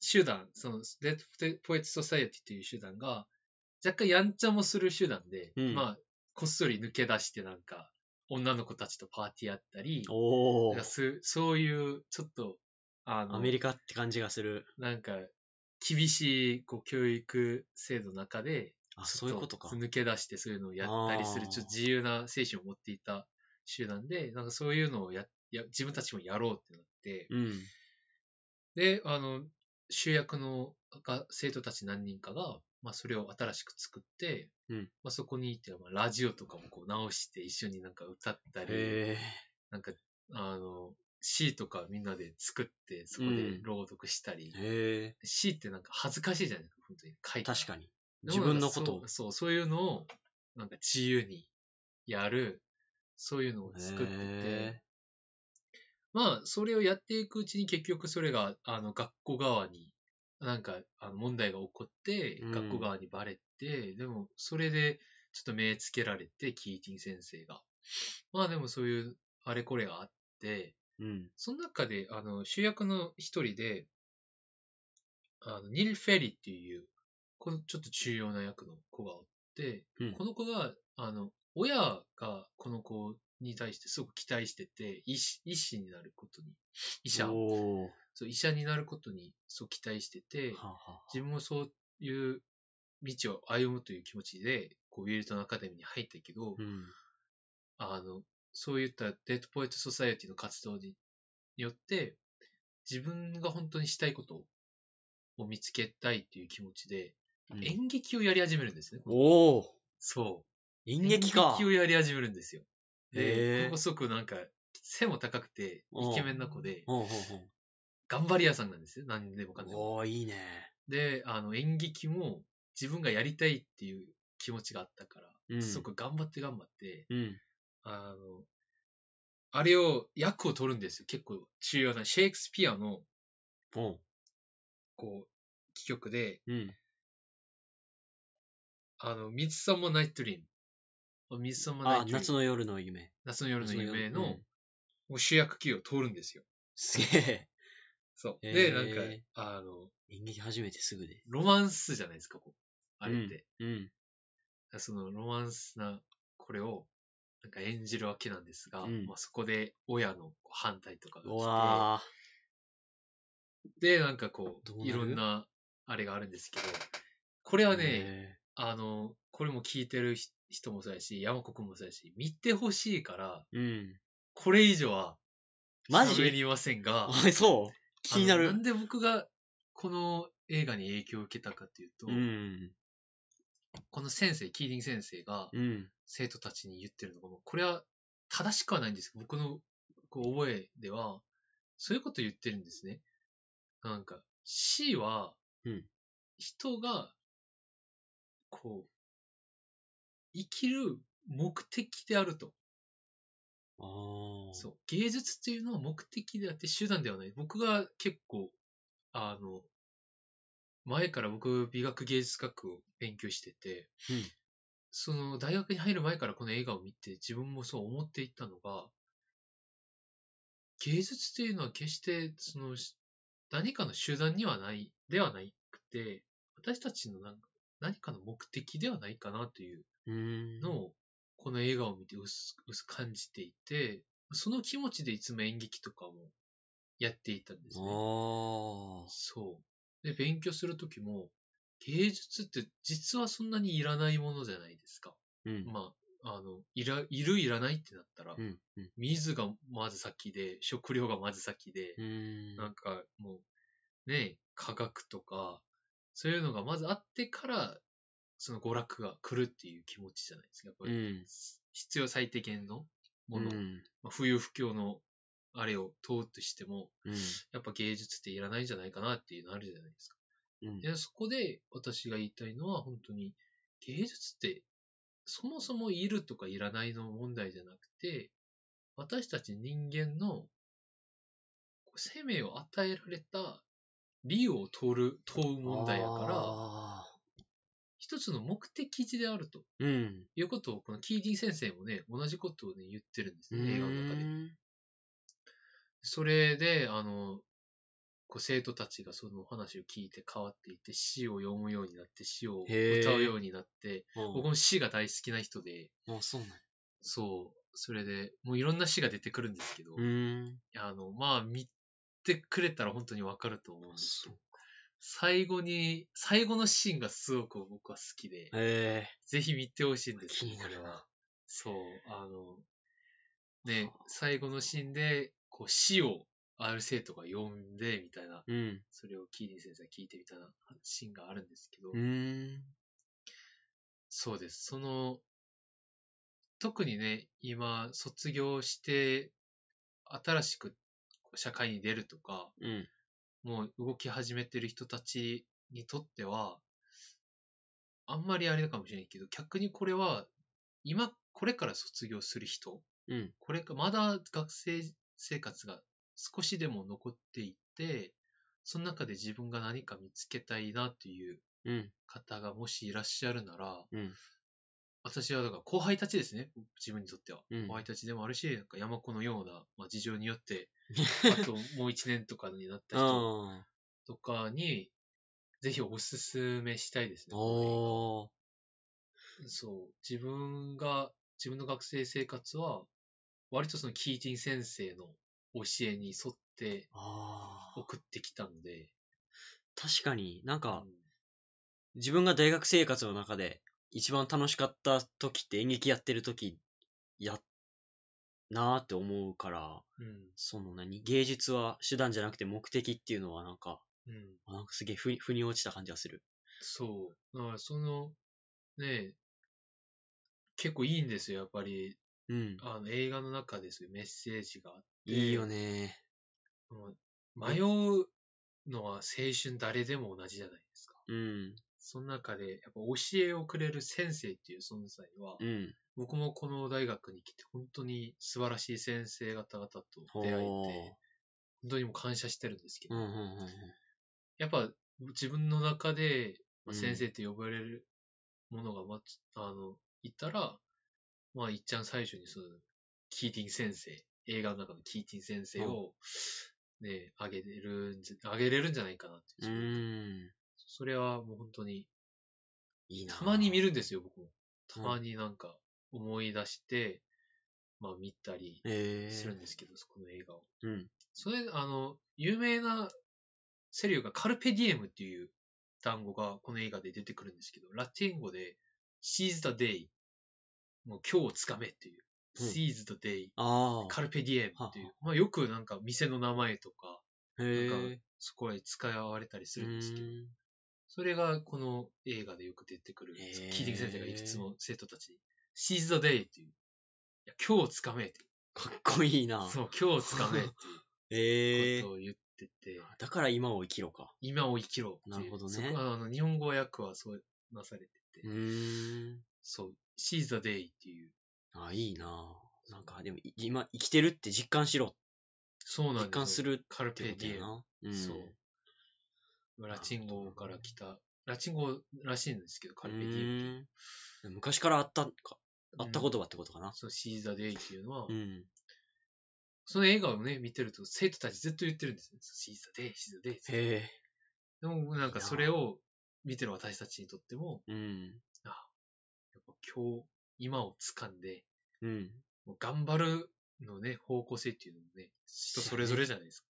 Speaker 2: 集団、その、デッド・ポエツ・ソサイエティという集団が、若干やんちゃもする集団で、
Speaker 1: うん
Speaker 2: まあ、こっそり抜け出してなんか、女の子たちとパーティーやったり
Speaker 1: ー。、お
Speaker 2: なん
Speaker 1: お
Speaker 2: か。すそういう、ちょっと、あの、
Speaker 1: アメリカって感じがする。
Speaker 2: なんか、厳しいこう教育制度の中で、
Speaker 1: あ、
Speaker 2: ち
Speaker 1: そ
Speaker 2: ょ
Speaker 1: う
Speaker 2: っ
Speaker 1: いうことか。
Speaker 2: 抜け出してそういうのをやったりする、
Speaker 1: あー
Speaker 2: ちょっと自由な精神を持っていた集団で、なんかそういうのをや、や自分たちもやろうってなって、
Speaker 1: うん。
Speaker 2: で、あの、主役のが生徒たち何人かが、まあそれを新しく作って、
Speaker 1: うん
Speaker 2: まあそこに行って、まあラジオとかもこう直して一緒になんか歌ったり、
Speaker 1: へえ。
Speaker 2: なんか、あの、詩とかみんなで作って、そこ
Speaker 1: う
Speaker 2: で
Speaker 1: ん
Speaker 2: 朗読したり、
Speaker 1: へえ。
Speaker 2: 詩ってなんか恥ずかしいじゃないですか、本当に。書いて
Speaker 1: 確かに。自分のことを。
Speaker 2: そう、そうそういうのを、なんか自由にやる、そういうのを作ってて、
Speaker 1: へ
Speaker 2: まあ、それをやっていくうちに結局それが、あの、学校側に、なんか、あの、問題が起こって、
Speaker 1: うん
Speaker 2: 学校側にバレて、でも、それで、ちょっと目つけられて、キーティン先生が。まあ、でもそういう、あれこれがあって、
Speaker 1: え。うん。
Speaker 2: その中で、あの、主役の一人で、あの、ニル・フェリっていう、このちょっと重要な役の子がおって、
Speaker 1: うん
Speaker 2: この子が、あの、親がこの子に対してすごく期待してて、医師、医師になることに、医者、
Speaker 1: おお。
Speaker 2: そう、医者になることに、そう期待してて、
Speaker 1: はは。
Speaker 2: 自分もそういう道を歩むという気持ちで、こう、ウィルトンアカデミーに入ったけど、
Speaker 1: うん。
Speaker 2: あの、そういったデッドポエットソサイエティの活動にによって、自分が本当にしたいことを見つけたいっていう気持ちで、
Speaker 1: うん
Speaker 2: 演劇をやり始めるんですね。
Speaker 1: おお。
Speaker 2: そ
Speaker 1: 演
Speaker 2: う。
Speaker 1: 劇か。
Speaker 2: 演劇をやり始めるんですよ。
Speaker 1: へえ
Speaker 2: で、ここすごくなんか、背も高くて、
Speaker 1: うん
Speaker 2: イケメンな子で、
Speaker 1: ほうほうほう
Speaker 2: 頑張り屋さんなんですよ。何でもかんでも。
Speaker 1: おーいいね。
Speaker 2: で、あの、演劇も自分がやりたいっていう気持ちがあったか
Speaker 1: う
Speaker 2: ら、
Speaker 1: ん。
Speaker 2: すごく頑張って頑張って、
Speaker 1: うん。
Speaker 2: あの、あれを、役を取るんですよ。結構重要な、シェイクスピアの、
Speaker 1: お
Speaker 2: こう、戯曲で、
Speaker 1: うん。
Speaker 2: あの、ミツサマナイトリン。ミツサマナイ
Speaker 1: あ
Speaker 2: ト、リン。
Speaker 1: 夏の夜の夢。
Speaker 2: 夏の夜の夢
Speaker 1: う
Speaker 2: の、
Speaker 1: ん
Speaker 2: もう主役級を取るんですよ。
Speaker 1: すげえ。
Speaker 2: そう。
Speaker 1: へー
Speaker 2: で、なんか、あの、
Speaker 1: 演劇始めてすぐで。
Speaker 2: ロマンスじゃないですか、こう。あれって。
Speaker 1: うん。
Speaker 2: そのロマンスな、これを、なんか演じるわけなんですが、
Speaker 1: うん
Speaker 2: まあ、そこで親の反対とかが
Speaker 1: う
Speaker 2: 来
Speaker 1: わ
Speaker 2: て、で、なんかこ
Speaker 1: どう
Speaker 2: う、
Speaker 1: なる
Speaker 2: いろんな、あれがあるんですけど、これ
Speaker 1: ー。
Speaker 2: はね、
Speaker 1: へ
Speaker 2: あの、これも聞いてるひ人もそうやし、山子くんもそうやし、見てほしいから、
Speaker 1: ー。うん。
Speaker 2: これ以上は
Speaker 1: マジ
Speaker 2: 喋りませんが、
Speaker 1: あそう気にな
Speaker 2: あの
Speaker 1: る
Speaker 2: な。んで僕がこの映画に影響を受けたかというと、
Speaker 1: うん。
Speaker 2: この先生、キーリング先生が
Speaker 1: うん。
Speaker 2: 生徒たちに言ってるのが、もうこれは正しくはないんですけど、僕のこう覚えでは、そういうこと言ってるんですね。なんか、C は
Speaker 1: うん、
Speaker 2: 人が、こう、生きる目的であると。
Speaker 1: ああ。
Speaker 2: そう。芸術っていうのは目的であって手段ではない。僕が結構、あの、前から僕、美学芸術学を勉強してて、
Speaker 1: うん
Speaker 2: その、大学に入る前からこの映画を見て、自分もそう思っていったのが、芸術っていうのは決して、その、し何かの手段にはない、ではないくて、私たちのなんか何かの目的ではないかなという
Speaker 1: うーん。
Speaker 2: のをこの映画を見て薄く薄く感じていて、その気持ちでいつも演劇とかもやっていたんですね。
Speaker 1: あ
Speaker 2: そう。で、勉強するときも、芸術って実はそんなにいらないものじゃないですか。
Speaker 1: あ。うん。
Speaker 2: まあ、あの、いら、いるいらないってなったら
Speaker 1: う、ん。うん。
Speaker 2: 水がまず先で、食料がまず先で
Speaker 1: う、ーん。
Speaker 2: なんかもう、ね、科学とか、そういうのがまずあってから、その娯楽が来るっていう気持ちじゃないですか。やっぱ
Speaker 1: う
Speaker 2: り
Speaker 1: ん。
Speaker 2: 必要最低限のもの、
Speaker 1: うん。
Speaker 2: まあ、不要不況のあれを通ってしても、
Speaker 1: うん。
Speaker 2: やっぱ芸術っていらないんじゃないかなっていうのあるじゃないですか。
Speaker 1: うん
Speaker 2: でそこで私が言いたいのは本当に芸術ってそもそもいるとかいらないの問題じゃなくて、私たち人間の生命を与えられた理由を問る、問う問題やから、
Speaker 1: あ
Speaker 2: 一つの目的地であると
Speaker 1: ーうん。
Speaker 2: いうことを、このキーディ先生もね、同じことをね、言ってるんです
Speaker 1: う
Speaker 2: ね、映画の中で。
Speaker 1: ーん。
Speaker 2: それで、あの、こう生徒たちがその話を聞いて変わっていって、詩を読むようになって、詩を
Speaker 1: へー
Speaker 2: 歌うようになって、僕
Speaker 1: 僕
Speaker 2: も詩が大好きな人で、
Speaker 1: あ、そうなんや
Speaker 2: そう、それで、もういろんな詩が出てくるんですけど、
Speaker 1: うーん。
Speaker 2: あの、まあ、見てくれたら本当にわかると思うんですけど、最後に、最後のシーンがすごく僕は好きで、
Speaker 1: え
Speaker 2: ぜひ見てほしいんです
Speaker 1: 気になるな
Speaker 2: これはそう、あの、ね、最後のシーンで、こう、詩を R 生徒が読んで、みたいな、
Speaker 1: えー。
Speaker 2: それをキーリン先生が聞いてみたいなシーンがあるんですけど、
Speaker 1: うん。うーん。
Speaker 2: そうです。その、特にね、今、卒業して、新しくこう社会に出るとか、
Speaker 1: うん。
Speaker 2: もう動き始めてる人たちにとっては、あんまりあれかもしれないけど、逆にこれは、今、これから卒業する人、
Speaker 1: うん
Speaker 2: これか、まだ学生生活が少しでも残っていて、その中で自分が何か見つけたいなという
Speaker 1: うん。
Speaker 2: 方がもしいらっしゃるなら、
Speaker 1: うん
Speaker 2: 私はだから後輩たちですね、自分にとっては。
Speaker 1: うん
Speaker 2: 後輩たちでもあるし、なんか山子のような、まあ、事情に よって、あともう一年とかになった人
Speaker 1: あ
Speaker 2: とかに、ぜひおすすめしたいです
Speaker 1: ー
Speaker 2: ね。
Speaker 1: おー。
Speaker 2: そう。自分が、自分の学生生活は、割とそのキーティン先生の教えに沿って
Speaker 1: あー
Speaker 2: 送ってきたので、
Speaker 1: 確かになんか
Speaker 2: うん、
Speaker 1: 自分が大学生活の中で一番楽しかった時って演劇やってる時やなーって思うから、
Speaker 2: うん、
Speaker 1: その何芸術は手段じゃなくて目的っていうのはなんか、
Speaker 2: うん。
Speaker 1: なんかすげえ腑に腑に落ちた感じがする。
Speaker 2: そう。だからその、ねえ、結構いいんですよ、やっぱり。
Speaker 1: うん。
Speaker 2: あの映画の中でそういうメッセージがあって。
Speaker 1: いいよね
Speaker 2: うん。迷うのは青春誰でも同じじゃないですか。
Speaker 1: うん。
Speaker 2: その中で、やっぱ教えをくれる先生っていう存在は、
Speaker 1: うん。
Speaker 2: 僕もこの大学に来て、本当に素晴らしい先生方々と
Speaker 1: ほー
Speaker 2: 出会えて、本当にもう感謝してるんですけ
Speaker 1: うん
Speaker 2: ど、
Speaker 1: うんうんうん。
Speaker 2: やっぱ自分の中で、まあ
Speaker 1: うん
Speaker 2: 先生って呼ばれるものが、まあの、いたら、まあ、いっちゃん最初にその、キーティン先生、映画の中のキーティン先生を、ね、あげれるんじゃ、あげれるんじゃないかなって。
Speaker 1: うーん。
Speaker 2: それはもう本当に、
Speaker 1: いいな
Speaker 2: たまに見
Speaker 1: る。
Speaker 2: るんですよ、僕も。たま
Speaker 1: に。
Speaker 2: になんか思い出して、まあ見たり
Speaker 1: え
Speaker 2: するん
Speaker 1: ー。
Speaker 2: ですけど、そこの映画を。
Speaker 1: うん。
Speaker 2: それ、あの、有名なセリオがカルペディエムっていう単語がこの映画で出てくるんですけど、ラテン語で seize the day、もう今日をつかめっていう
Speaker 1: うん
Speaker 2: シーズとデイ、
Speaker 1: ああ。
Speaker 2: カルペディエムっていう、まあよくなんか店の名前とか、
Speaker 1: へ
Speaker 2: なん
Speaker 1: え
Speaker 2: か。そこへ使われたりす
Speaker 1: う
Speaker 2: るんですけど、
Speaker 1: ーん
Speaker 2: それがこの映画でよく出てくる、
Speaker 1: へー
Speaker 2: キーディング先生がいくつも生徒たちに、シーズ・ザ・デイっていう、いや今日つかめって、
Speaker 1: かっこいいな。
Speaker 2: そう、今日つかめっ て
Speaker 1: へ
Speaker 2: い
Speaker 1: え
Speaker 2: うこ。とを言ってて、
Speaker 1: だから今を生きろか。
Speaker 2: 今を生きろっていう。
Speaker 1: なるほどね
Speaker 2: そこあの日本語訳はそうなされてて、
Speaker 1: うーん。
Speaker 2: そう、シーズ・ザ・デイっていう、
Speaker 1: あ、いいな。なんか、でも、い今、生きてるって実感しろっ
Speaker 2: そうなんですよ
Speaker 1: 実感する
Speaker 2: カル
Speaker 1: て
Speaker 2: ペデ
Speaker 1: こと
Speaker 2: ィエ
Speaker 1: や
Speaker 2: ム。
Speaker 1: な。うん
Speaker 2: そう。ラチン語から来た、ラチン語らしいんですけど、カルペディエムっていう。
Speaker 1: うーん昔からあったか、あった
Speaker 2: うん
Speaker 1: 言葉ってことかな。
Speaker 2: そのシーザ・デイっていうのは、
Speaker 1: うん。
Speaker 2: その映画をね、見てると生徒たちずっと言ってるんですよ。シーザ・デイ、シーザ・デイ。
Speaker 1: へえ。
Speaker 2: でもなんかそれを見てる私たちにとっても、
Speaker 1: うん。
Speaker 2: やっぱ今日、今を掴んで、
Speaker 1: うん。
Speaker 2: もう頑張るのね、方向性っていうのもね、人それぞれじゃないですか。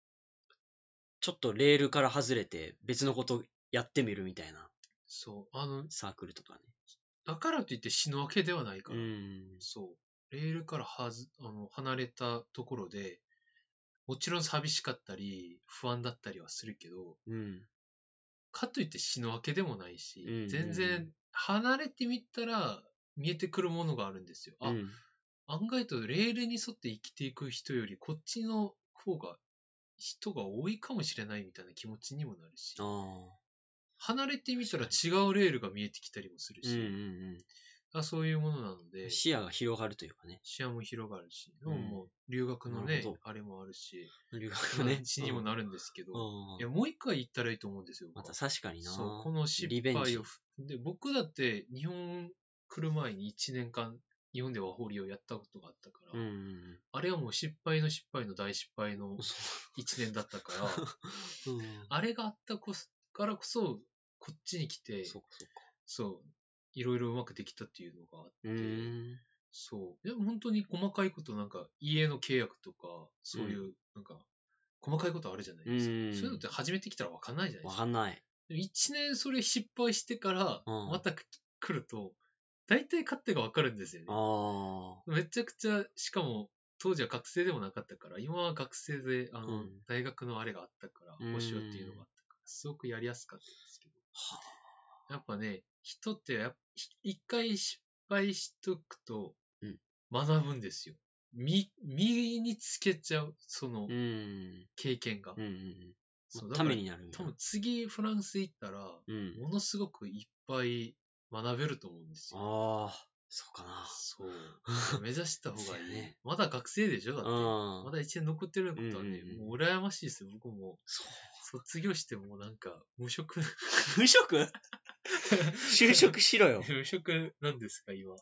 Speaker 1: ちょっとレールから外れて別のことやってみるみたいな
Speaker 2: そう。あの、
Speaker 1: サークルとかね。
Speaker 2: だからといって死ぬわけではないから。
Speaker 1: ん。
Speaker 2: そう。レールからはずあの離れたところで、もちろん寂しかったり、不安だったりはするけど、
Speaker 1: うん。
Speaker 2: かといって死ぬわけでもないし、
Speaker 1: うん
Speaker 2: 全然離れてみたら見えてくるものがあるんですよ。あ、
Speaker 1: うん
Speaker 2: 案外とレールに沿って生きていく人より、こっちの方が人が多いかもしれないみたいな気持ちにもなるし、
Speaker 1: あ
Speaker 2: 離れてみたら違うレールが見えてきたりもする
Speaker 1: あ。うん
Speaker 2: し、
Speaker 1: うん
Speaker 2: あそういうものなの
Speaker 1: う
Speaker 2: で
Speaker 1: ん。、視野が広がるというかね。
Speaker 2: 視野も広がるし、で
Speaker 1: うん
Speaker 2: ももう留学
Speaker 1: な
Speaker 2: の
Speaker 1: る
Speaker 2: ね
Speaker 1: ほど、
Speaker 2: あれもある し、
Speaker 1: 留学ね。
Speaker 2: 死にもなるんですけど、
Speaker 1: うん
Speaker 2: いやもう一回行ったらいいと思うんですよ。
Speaker 1: また
Speaker 2: 僕は
Speaker 1: 確かにな。
Speaker 2: そう、この失
Speaker 1: リベン
Speaker 2: 敗
Speaker 1: ジ
Speaker 2: をふ。で、僕だって日本来る前に1年間、日本でワホリをやったことがあったから、
Speaker 1: うんうん
Speaker 2: あれはもう失敗の失 敗の大失敗の
Speaker 1: うん。そ
Speaker 2: 1年だったから、
Speaker 1: う。うん
Speaker 2: あれがあったこそからこそ、こっちに来て、
Speaker 1: そうかそうか。
Speaker 2: そう、いろいろうまくできたっていうのがあって、
Speaker 1: うーん。
Speaker 2: そう。でも本当に細かいこと、なんか家の契約とか、そういう、なんか、細かいことあるじゃないですか。
Speaker 1: うん
Speaker 2: そういうのって始めてきたら分かんないじゃないで
Speaker 1: わ
Speaker 2: すか。
Speaker 1: かんない。
Speaker 2: 一年それ失敗してから、
Speaker 1: うん
Speaker 2: また来ると、大体勝手が分かるんですよね。
Speaker 1: あ
Speaker 2: めちゃくちゃ、しかも、当時は学生でもなかったから、今は学生で、あの、
Speaker 1: うん
Speaker 2: 大学のあれがあったから、
Speaker 1: うん
Speaker 2: 募集っていうのがあったから、すごくやりやすかったんですけど。
Speaker 1: は
Speaker 2: やっぱね、人ってやっぱひ一回失敗しとくと
Speaker 1: うん、
Speaker 2: 学ぶんですよ。身、身につけちゃう、その
Speaker 1: あ。うん。
Speaker 2: 経験が。
Speaker 1: うんうんうん
Speaker 2: そ
Speaker 1: まあ。
Speaker 2: うだ
Speaker 1: た
Speaker 2: から
Speaker 1: めになるみた
Speaker 2: 多
Speaker 1: いな
Speaker 2: 分。次フランス行ったら、
Speaker 1: うん。
Speaker 2: ものすごくいっぱい学べると思うんですよ。
Speaker 1: ああ、そうかな。
Speaker 2: そう。目指した方がいい。
Speaker 1: そうやね
Speaker 2: まだ学生でしょだって。
Speaker 1: うん
Speaker 2: まだ一年残ってることはね
Speaker 1: うんうんう、ん
Speaker 2: もう羨ましいですよ。僕も
Speaker 1: そう。
Speaker 2: 卒業してもうなんか無職、
Speaker 1: 無職 就職しろよ。
Speaker 2: 無職なんです か、今。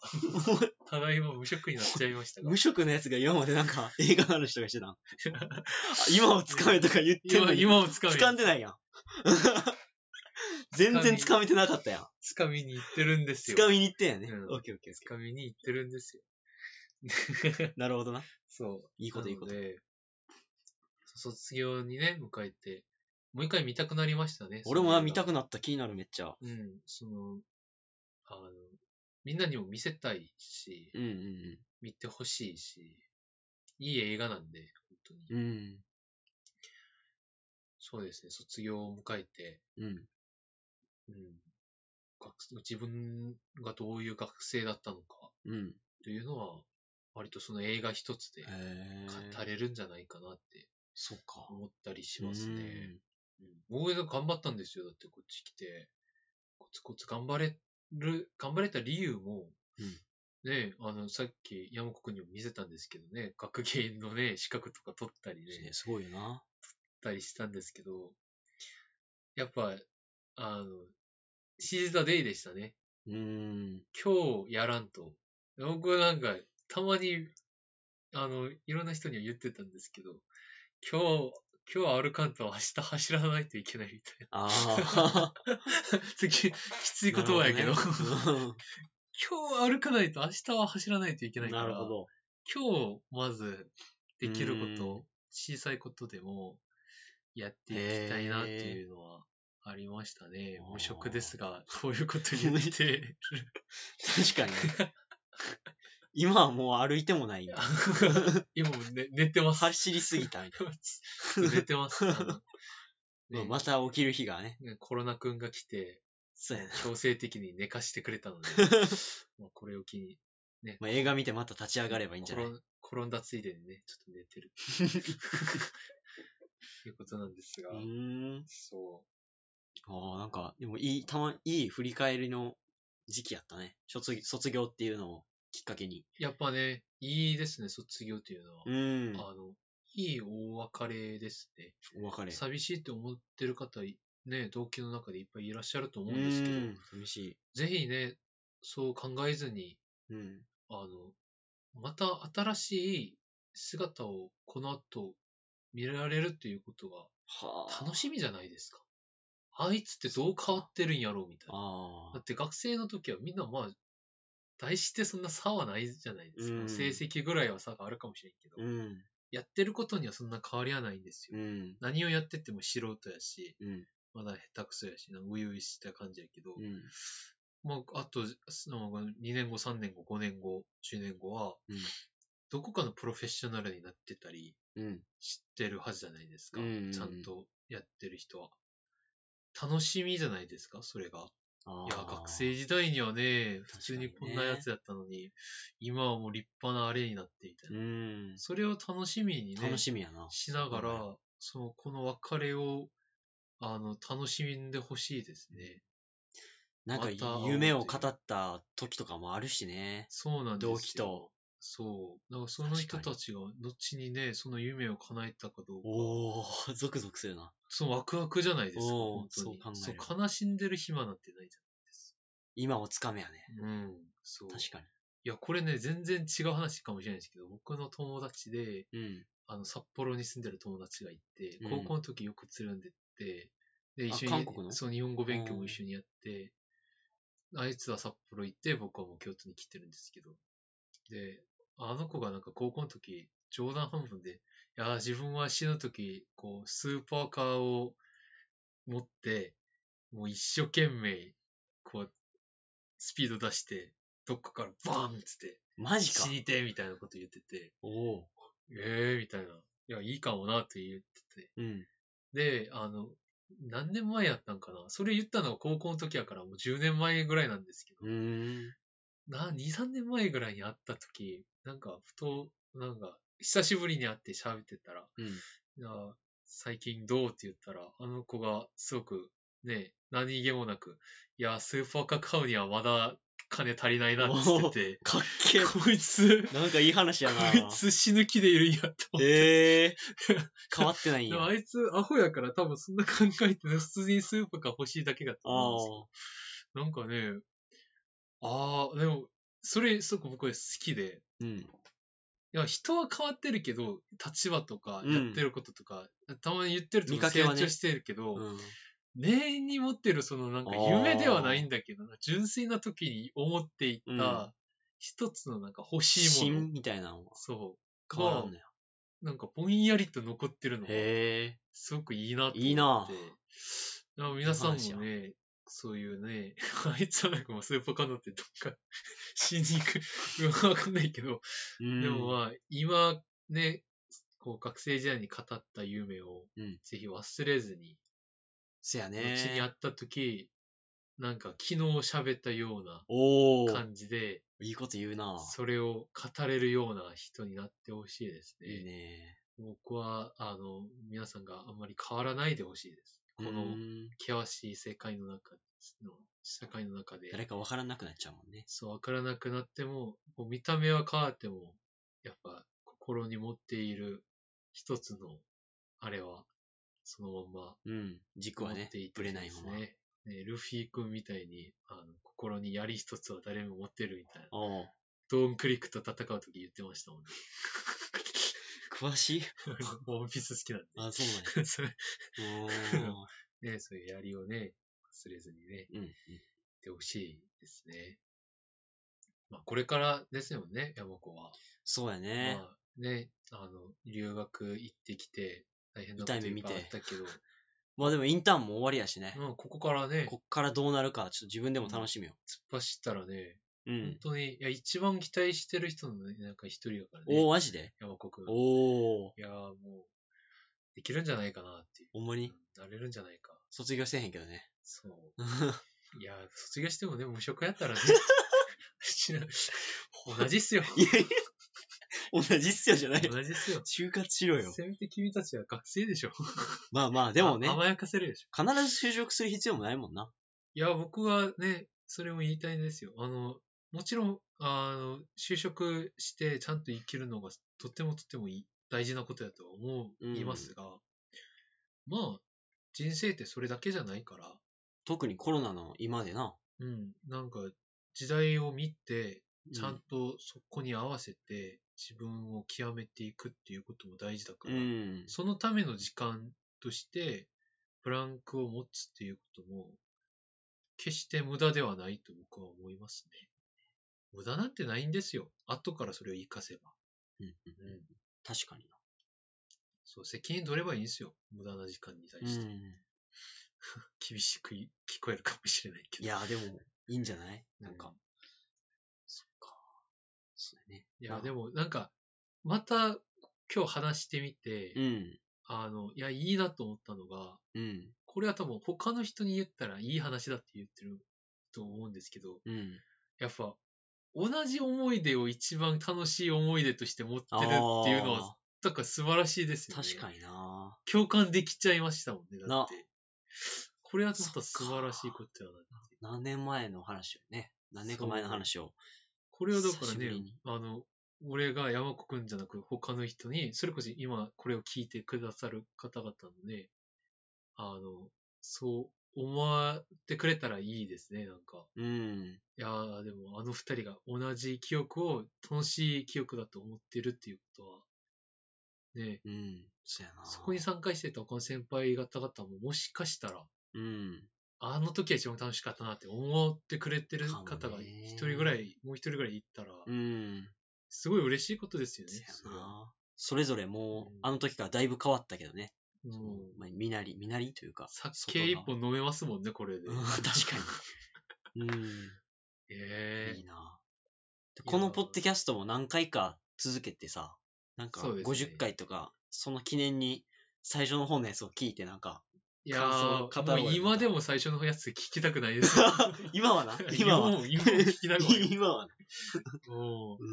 Speaker 2: ただいま無職になっちゃいましたが
Speaker 1: 無。職のやつが今までなんか映画のある人がして たん。あ今をつかめとか言ってん
Speaker 2: 今、
Speaker 1: のに。
Speaker 2: 今をつかみ、
Speaker 1: 掴んでないやん。 全然掴めてなかったやん。
Speaker 2: つかみに行ってるんですよ。
Speaker 1: 掴みに行ってんやね。
Speaker 2: うん
Speaker 1: オッケーオッケーオッ
Speaker 2: つかみに行ってるんですよ。
Speaker 1: ケー。なるほどな。
Speaker 2: そう。
Speaker 1: いいこといいこと
Speaker 2: なのでそう卒業にね、迎えて、もう一回見たくなりましたね。
Speaker 1: 俺もな見たく
Speaker 2: な
Speaker 1: なった気になるめっちゃ。
Speaker 2: うん、その、あの、みんなにも見せたいし、
Speaker 1: うんうん
Speaker 2: 見てほしいし、いい映画なんで、本当に。
Speaker 1: うん。うん。
Speaker 2: そうですね、卒業を迎えて、
Speaker 1: うん。
Speaker 2: うん、学自分がどういう学生だったのか、
Speaker 1: うん。
Speaker 2: というのは、割とその映画一つで
Speaker 1: へー
Speaker 2: 語れるんじゃないかなって
Speaker 1: そうか。
Speaker 2: 思ったりします
Speaker 1: うん
Speaker 2: ね。。うん。大江戸頑張ったんですよ。だってこっち来て、コツコツ頑張れる、頑張れた理由も、
Speaker 1: うん
Speaker 2: ね、あの、さっき山子くんにも見せたんですけどね、学芸のね、資格とか取ったりね、取っ
Speaker 1: すごいよな。
Speaker 2: たりしたんですけど、やっぱ、あの、シーズ・ザ・デイでしたね。
Speaker 1: うん。
Speaker 2: 今日やらんと。僕はなんか、たまに、あの、いろんな人には言ってたんですけど、今日、今日歩かんと明日走らないといけないみたい
Speaker 1: あ あ。
Speaker 2: な。次、きつい言葉やけど、
Speaker 1: なるほど
Speaker 2: 今日歩かないと明日は走らないといけな
Speaker 1: ね。
Speaker 2: いから、
Speaker 1: なるほ ど。
Speaker 2: 今日まずできる
Speaker 1: う
Speaker 2: こ
Speaker 1: ん
Speaker 2: と、小さいことでもやっていきたいなっていうのはありましたね。
Speaker 1: あー
Speaker 2: 無職ですが、こういうこと言ってる。
Speaker 1: 確かにね。今はもう歩いてもないんだ。
Speaker 2: 今も寝寝てます。
Speaker 1: 走りすぎたみたい
Speaker 2: 寝てます。 あ
Speaker 1: な。
Speaker 2: の
Speaker 1: まあ
Speaker 2: ね
Speaker 1: また起きる日がね。
Speaker 2: ねコロナくんが来て、
Speaker 1: そうやな。
Speaker 2: 強制的に寝かしてくれた ので、まあこれを機に。
Speaker 1: まあ、映画見てまた立ち上がればいいんじゃない
Speaker 2: 転ん転んだついでにね、ちょっと寝 てる。ということなんですが
Speaker 1: う、ーん。
Speaker 2: そ
Speaker 1: ああ、なんか、でもいい、たま、いい振り返りの時期やったね。卒業卒業っていうのをきっかけに。
Speaker 2: う。やっぱね、いいですね、卒業というのは。
Speaker 1: うん。
Speaker 2: あの、いい大別れですね。
Speaker 1: お別れ。
Speaker 2: 寂しいって思ってる方い、ね、同期の中でいっぱいいらっしゃると思
Speaker 1: う
Speaker 2: うんですけど、
Speaker 1: ん。寂しい。
Speaker 2: ぜひね、そう考えずに、
Speaker 1: うん。
Speaker 2: あの、また新しい姿をこの後見られるということが
Speaker 1: はあ。
Speaker 2: 楽しみじゃないですか。あいつってどう変わってるんやろうみたいな。
Speaker 1: あ
Speaker 2: だ
Speaker 1: あ
Speaker 2: っ。て学生の時はみんなまあ、大してそんな差はないじゃないですか。
Speaker 1: うん
Speaker 2: 成績ぐらいは差があるかもしれんけど、
Speaker 1: うん。
Speaker 2: やってることにはそんな変わりはないんですよ。
Speaker 1: うん。
Speaker 2: 何をやってても素人やし、
Speaker 1: うん。
Speaker 2: まだ下手くそやし、なんか初々しい感じやけど、
Speaker 1: うん。
Speaker 2: まあ、あと、その2年後、3年後、5年後、10年後は、
Speaker 1: うん
Speaker 2: どこかのプロフェッショナルになってたり
Speaker 1: うん。
Speaker 2: してるはずじゃないですか。
Speaker 1: うんうんうん
Speaker 2: ちゃんとやってる人は。楽しみじゃないですか、それが。
Speaker 1: あ
Speaker 2: い
Speaker 1: あ
Speaker 2: や、学生時代にはね、普通にこんなやつやったのに、今はもう立派なあれになってみたいうな。
Speaker 1: ん。
Speaker 2: それを楽しみにね、
Speaker 1: 楽しみやな。
Speaker 2: しながら、
Speaker 1: う
Speaker 2: その、この別れを、あの、楽しんでほしいですね。
Speaker 1: なんか
Speaker 2: また会おうという
Speaker 1: 夢を語った時とかもあるしね。
Speaker 2: そうなんですよ。
Speaker 1: 同期と。
Speaker 2: そう。だからその人
Speaker 1: 確か
Speaker 2: たちが、後にね、その夢を叶えたかどうか。
Speaker 1: おー、ゾクゾクするな。
Speaker 2: そのワクワクじゃないですか、
Speaker 1: おー
Speaker 2: 本当に。
Speaker 1: そう考える
Speaker 2: そう悲しんでる暇なんてないじ
Speaker 1: 今をつかめやね。
Speaker 2: ゃん。うん。そう。
Speaker 1: 確か
Speaker 2: いや、これね、全然違う話かもしれないですけど、僕の友達で、
Speaker 1: に。うん。
Speaker 2: あの、札幌に住んでる友達がいて
Speaker 1: う、ん
Speaker 2: 高校の時よく連れんでって、で、一緒に、
Speaker 1: 韓国の
Speaker 2: そう、日本語勉強も一緒にやって、あいつは札幌行って、僕はもう京都に来てるんですけど、で、あの子がなんか高校の時、冗談半分で、いやー、自分は死ぬ時、こう、スーパーカーを持って、もう一生懸命、こう、スピード出して、どっかからバーンっつって、
Speaker 1: マジか
Speaker 2: 死。にてえみたいなこと言ってて、
Speaker 1: おー。
Speaker 2: ええみたいな。いや、いいかもなって言ってて。
Speaker 1: うん。
Speaker 2: で、あの、何年前やったんかなそれ言ったのが高校の時やからもう10年前ぐらいなんですけど
Speaker 1: う、ーん。
Speaker 2: な、2、3年前ぐらいに会った時、なんか、ふと、なんか、久しぶりに会って喋ってたら、
Speaker 1: うん。
Speaker 2: いや最近どうって言ったら、あの子がすごく、ね、何気もなく、いや、スーパーカカオにはまだ金足りないなって言ってて、
Speaker 1: かっけ え。
Speaker 2: こいつ、
Speaker 1: なんかいい話
Speaker 2: こ
Speaker 1: やな。
Speaker 2: いつ死ぬ気でいるんやと思って。
Speaker 1: ええ変わってないん
Speaker 2: で
Speaker 1: や。
Speaker 2: も
Speaker 1: あ
Speaker 2: あいつ、アホやから多分そんな考えてない。普通にスープが欲しいだけだと
Speaker 1: あ
Speaker 2: 思うんですよ。なんかね、ああ、でも、それ、すごく僕は好きで、
Speaker 1: ー。うん。
Speaker 2: いや、人は変わってるけど、立場とか、
Speaker 1: うん
Speaker 2: やってることとか、たまに言ってると
Speaker 1: 見かけはね
Speaker 2: 成長してるけど、
Speaker 1: うん。
Speaker 2: 永遠に持ってるそのなんか
Speaker 1: あー
Speaker 2: 夢ではないんだけど、純粋な時に思ってい
Speaker 1: うん
Speaker 2: た、一つのなんか欲しいもの、
Speaker 1: 芯みたいなのは
Speaker 2: そう、
Speaker 1: 変わら
Speaker 2: が
Speaker 1: んの、や。
Speaker 2: なんかぼんやりと残ってるのが
Speaker 1: へえ。
Speaker 2: すごくいいなと思って。
Speaker 1: いいな
Speaker 2: でも皆さん
Speaker 1: いい話
Speaker 2: もね、そういうね、あいつはなんかもうスーパーカノってどっか死に行く。うんわかんないけど、
Speaker 1: うん。
Speaker 2: でもまあ、今ね、こう学生時代に語った夢を
Speaker 1: うん、
Speaker 2: ぜひ忘れずに、
Speaker 1: せやね。
Speaker 2: 後に会った時、なんか昨日喋ったような
Speaker 1: おー。
Speaker 2: 感じで、
Speaker 1: いいこと言うな。
Speaker 2: それを語れるような人になってほしいですね。
Speaker 1: いいね。
Speaker 2: 僕は、あの、皆さんがあんまり変わらないでほしいです。この、
Speaker 1: うん
Speaker 2: 険しい世界の中の、社会の中で、
Speaker 1: 誰かわからなくなっちゃうもんね。
Speaker 2: そう、わからなくなっても、こう見た目は変わっても、やっぱ心に持っている一つの、あれは、そのまんま
Speaker 1: うん。軸は
Speaker 2: 持っ
Speaker 1: ね
Speaker 2: てい、っ
Speaker 1: ぶ
Speaker 2: てほし
Speaker 1: れ
Speaker 2: い
Speaker 1: ない
Speaker 2: です
Speaker 1: ま
Speaker 2: ね。
Speaker 1: ま。
Speaker 2: ねルフィ君みたいに、あの、心に槍一つは誰も持ってるみたいな。
Speaker 1: おー。
Speaker 2: ドーンクリックと戦う時言ってましたもんね。
Speaker 1: 詳しい
Speaker 2: ワンピース好きなん
Speaker 1: あ、そうなんや。
Speaker 2: で。 それ
Speaker 1: おー。
Speaker 2: ね、そういう槍をね、忘れずにね、
Speaker 1: うんうん。
Speaker 2: ってほしいですね。まあ、これからですよね、山子は。
Speaker 1: そうやね
Speaker 2: ま。あ、ね、あの、留学行ってきて、大変なこと
Speaker 1: 痛い目
Speaker 2: いっぱいあ
Speaker 1: 見
Speaker 2: ってたけど、
Speaker 1: まあでもインターンも終わりやしね。
Speaker 2: まあ、ここからね、
Speaker 1: こっからどうなるか、ちょっと自分でも楽しみよ。
Speaker 2: 突っ走ったらね、
Speaker 1: うん
Speaker 2: 本。当に、いや、一番期待してる人のね、なんか一人だから
Speaker 1: おー、
Speaker 2: ね。
Speaker 1: マジで
Speaker 2: 山子くん。い
Speaker 1: おー、
Speaker 2: やーもう、できるんじゃないかなっていう。
Speaker 1: ほんまに
Speaker 2: うんなれるんじゃないか。
Speaker 1: 卒業せえへんけどね。
Speaker 2: そう。いやー、卒業してもね、無職やった らね。死な同じっすよ。
Speaker 1: いやいや、同じっすよじゃないよ。
Speaker 2: 同じっすよ。
Speaker 1: 就活しろよ。
Speaker 2: せめて君たちは学生でしょ。
Speaker 1: まあまあ、でもね
Speaker 2: あ、甘やかせるでしょ。
Speaker 1: 必ず就職する必要もないもんな。
Speaker 2: いや、僕はね、それも言いたいんですよ。あの、もちろん、あの、就職してちゃんと生きるのがとってもとってもいい大事なことだとは思う
Speaker 1: うん
Speaker 2: いますが、まあ、人生ってそれだけじゃないから、
Speaker 1: 特にコロナの今でな。
Speaker 2: うん、なんか、時代を見て、
Speaker 1: う
Speaker 2: ちゃんとそこに合わせて自分を極めていくっていうことも大事だか
Speaker 1: う
Speaker 2: ら、
Speaker 1: ん。
Speaker 2: そのための時間として、ブランクを持つっていうことも、決して無駄ではないと僕は思いますね。無駄なんてないんですよ。後からそれを活かせば。
Speaker 1: うんうん
Speaker 2: うん。
Speaker 1: 確かにな。
Speaker 2: そう、責任取ればいいんですよ。無駄な時間に対して。厳しくい聞こえるかもしれないけ
Speaker 1: い
Speaker 2: ど。
Speaker 1: や、でも、いいんじゃないなん
Speaker 2: う
Speaker 1: か
Speaker 2: ん。
Speaker 1: そっか。そうだね。
Speaker 2: い
Speaker 1: ま
Speaker 2: や、
Speaker 1: あ
Speaker 2: でもなんか、また今日話してみて、
Speaker 1: うん。
Speaker 2: あの、いや、いいなと思ったのが、
Speaker 1: うん。
Speaker 2: これは多分他の人に言ったらいい話だって言ってると思うんですけど、
Speaker 1: うん。
Speaker 2: やっぱ、同じ思い出を一番楽しい思い出として持ってるっていうのは、だから素晴らしいです
Speaker 1: あ
Speaker 2: よね。
Speaker 1: ー確かにな。
Speaker 2: 共感できちゃいましたもんね、だ
Speaker 1: な
Speaker 2: って。これはちょっと素晴らしいことやなって。
Speaker 1: 何年前の話をね。何年か前の話を。
Speaker 2: これはだから
Speaker 1: 久しぶ
Speaker 2: ね
Speaker 1: りに、
Speaker 2: あの、俺が山子くんじゃなく他の人に、それこそ今これを聞いてくださる方々のね、あの、そう思ってくれたらいいですね、なんか。
Speaker 1: うん。
Speaker 2: いやー、でもあの二人が同じ記憶を楽しい記憶だと思ってるっていうことは、ね、
Speaker 1: うん。そうやな。
Speaker 2: そこに参加してた他の先輩方々ももしかしたら、
Speaker 1: うん。
Speaker 2: あの時は一番楽しかったなって思ってくれてる方
Speaker 1: かも
Speaker 2: が
Speaker 1: ね
Speaker 2: 一人ぐらい、もう一人ぐらいいったら、
Speaker 1: うん。
Speaker 2: すごい嬉しいことですよね
Speaker 1: そう。
Speaker 2: そ
Speaker 1: や
Speaker 2: れは
Speaker 1: な。それぞれもう
Speaker 2: うん、
Speaker 1: あの時からだいぶ変わったけどね。
Speaker 2: うん
Speaker 1: まあ、身なり、身なりというか。
Speaker 2: 酒一本飲めますもんね、これで。
Speaker 1: うん 確かに。うん。
Speaker 2: え
Speaker 1: い
Speaker 2: え
Speaker 1: いな。でこのポッドキャストも何回か続けてさ、なんか
Speaker 2: そうですね
Speaker 1: 50回とか、その記念に最初の方のやつを聞いてなんか、
Speaker 2: いや
Speaker 1: 感想
Speaker 2: ー、
Speaker 1: 片
Speaker 2: も
Speaker 1: 思いう
Speaker 2: 今でも最初のやつ聞きたくないです。
Speaker 1: 今 はな、 今は、
Speaker 2: も、今も聞き ながら。
Speaker 1: 今はな、
Speaker 2: もう
Speaker 1: う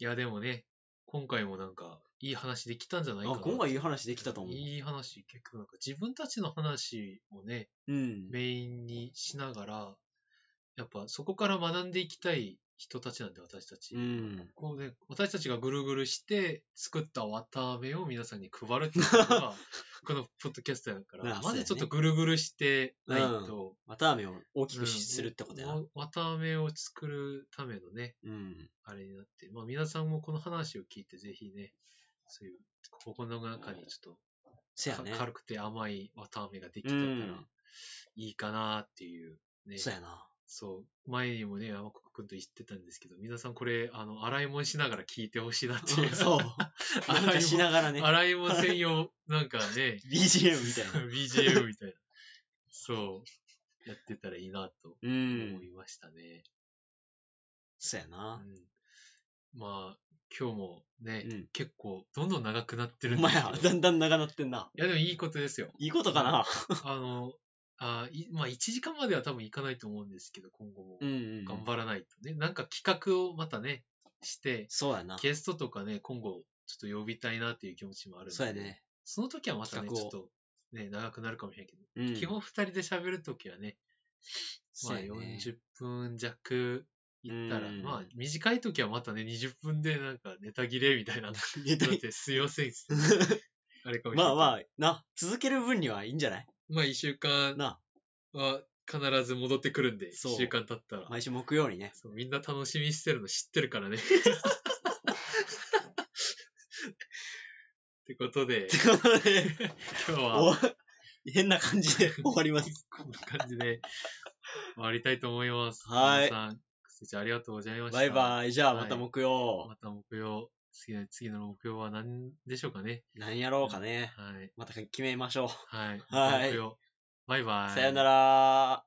Speaker 2: いや、でもね、今回もなんか、いい話できたんじゃない
Speaker 1: ん。
Speaker 2: か
Speaker 1: あ、
Speaker 2: な。
Speaker 1: 今回いい話できたと思う。
Speaker 2: いい話、結局なんか自分たちの話をね、
Speaker 1: うん。
Speaker 2: メインにしながら、やっぱそこから学んでいきたい人たちなんで、私たち。
Speaker 1: うん。
Speaker 2: こうね、私たちがぐるぐるして作った綿あめを皆さんに配るっていうの が、このポッドキャストだから、
Speaker 1: ああ
Speaker 2: まずち
Speaker 1: そ
Speaker 2: ょ
Speaker 1: う
Speaker 2: っ
Speaker 1: やね
Speaker 2: とぐるぐるしてないと、
Speaker 1: 綿あめを大き
Speaker 2: うん
Speaker 1: くするってことやな。
Speaker 2: わ綿あめを作るためのね、
Speaker 1: うん。
Speaker 2: あれになって、まあ皆さんもこの話を聞いて、ぜひね、そういう、心の中にちょっと
Speaker 1: せや
Speaker 2: か
Speaker 1: ね。
Speaker 2: 軽くて甘い綿あめができてたら
Speaker 1: うん
Speaker 2: いいかなっていう、ね。
Speaker 1: そうやな。
Speaker 2: そう。前にもね、山子くんと言ってたんですけど、皆さんこれ、あの、洗い物しながら聞いてほしいなって いう。
Speaker 1: そう。
Speaker 2: 洗い
Speaker 1: なんかし
Speaker 2: 物、
Speaker 1: ながらね、
Speaker 2: 洗い物専用、なんか ね、
Speaker 1: BGM みたいな。
Speaker 2: BGM みたいな。そう。やってたらいいなと
Speaker 1: う
Speaker 2: 思
Speaker 1: ん。
Speaker 2: いましたね。
Speaker 1: そうやな。
Speaker 2: うんまあ、今日もね、
Speaker 1: うん
Speaker 2: 結構、どんどん長くなってる
Speaker 1: お
Speaker 2: んで
Speaker 1: 前
Speaker 2: すけど
Speaker 1: や、だんだん長なってんな。
Speaker 2: いや、でもいいことですよ。
Speaker 1: いいことかな。
Speaker 2: あの、あいまあ、1時間までは多分いかないと思うんですけど、今後も。
Speaker 1: うんうん
Speaker 2: 頑張らないとね。なんか企画をまたね、して、
Speaker 1: そうやな。
Speaker 2: ゲストとかね、今後、ちょっと呼びたいなっていう気持ちもあるんで。
Speaker 1: そうや。ね。
Speaker 2: その時はまたね、ち
Speaker 1: 企画
Speaker 2: ょ
Speaker 1: を
Speaker 2: っと、ね、長くなるかもしれないけど、
Speaker 1: うん
Speaker 2: 基本二人で喋る時はね、ま
Speaker 1: そ
Speaker 2: あ
Speaker 1: うやね
Speaker 2: 40分弱いったら、
Speaker 1: うん
Speaker 2: まあ短い時はまたね、20分でなんかネタ切れみたいな。だ
Speaker 1: ネタ
Speaker 2: ってすいませんっす。 あれかもしれ
Speaker 1: ま
Speaker 2: ない。
Speaker 1: あまあ、な、続ける分にはいいんじゃない
Speaker 2: まあ一週間
Speaker 1: な、
Speaker 2: は必ず戻ってくるんで、
Speaker 1: そう
Speaker 2: 一週間経ったら。
Speaker 1: 毎週木曜に ね。
Speaker 2: そうみんな楽しみにしてるの知ってる からね。ってことで、今日は
Speaker 1: お変な感じ で終わります。
Speaker 2: こんな感じで終わりたいと思います。
Speaker 1: はい
Speaker 2: 皆さん、くせちゃんありがとうございました。
Speaker 1: バイバイ。じゃあまた
Speaker 2: はい
Speaker 1: 木曜。
Speaker 2: また木曜、次の次の木曜は何でしょうかね。
Speaker 1: 何やろうかね。
Speaker 2: はい。
Speaker 1: また決めましょ
Speaker 2: はい。
Speaker 1: はい
Speaker 2: 木曜。バイバ
Speaker 1: う。
Speaker 2: イ。
Speaker 1: さよなら。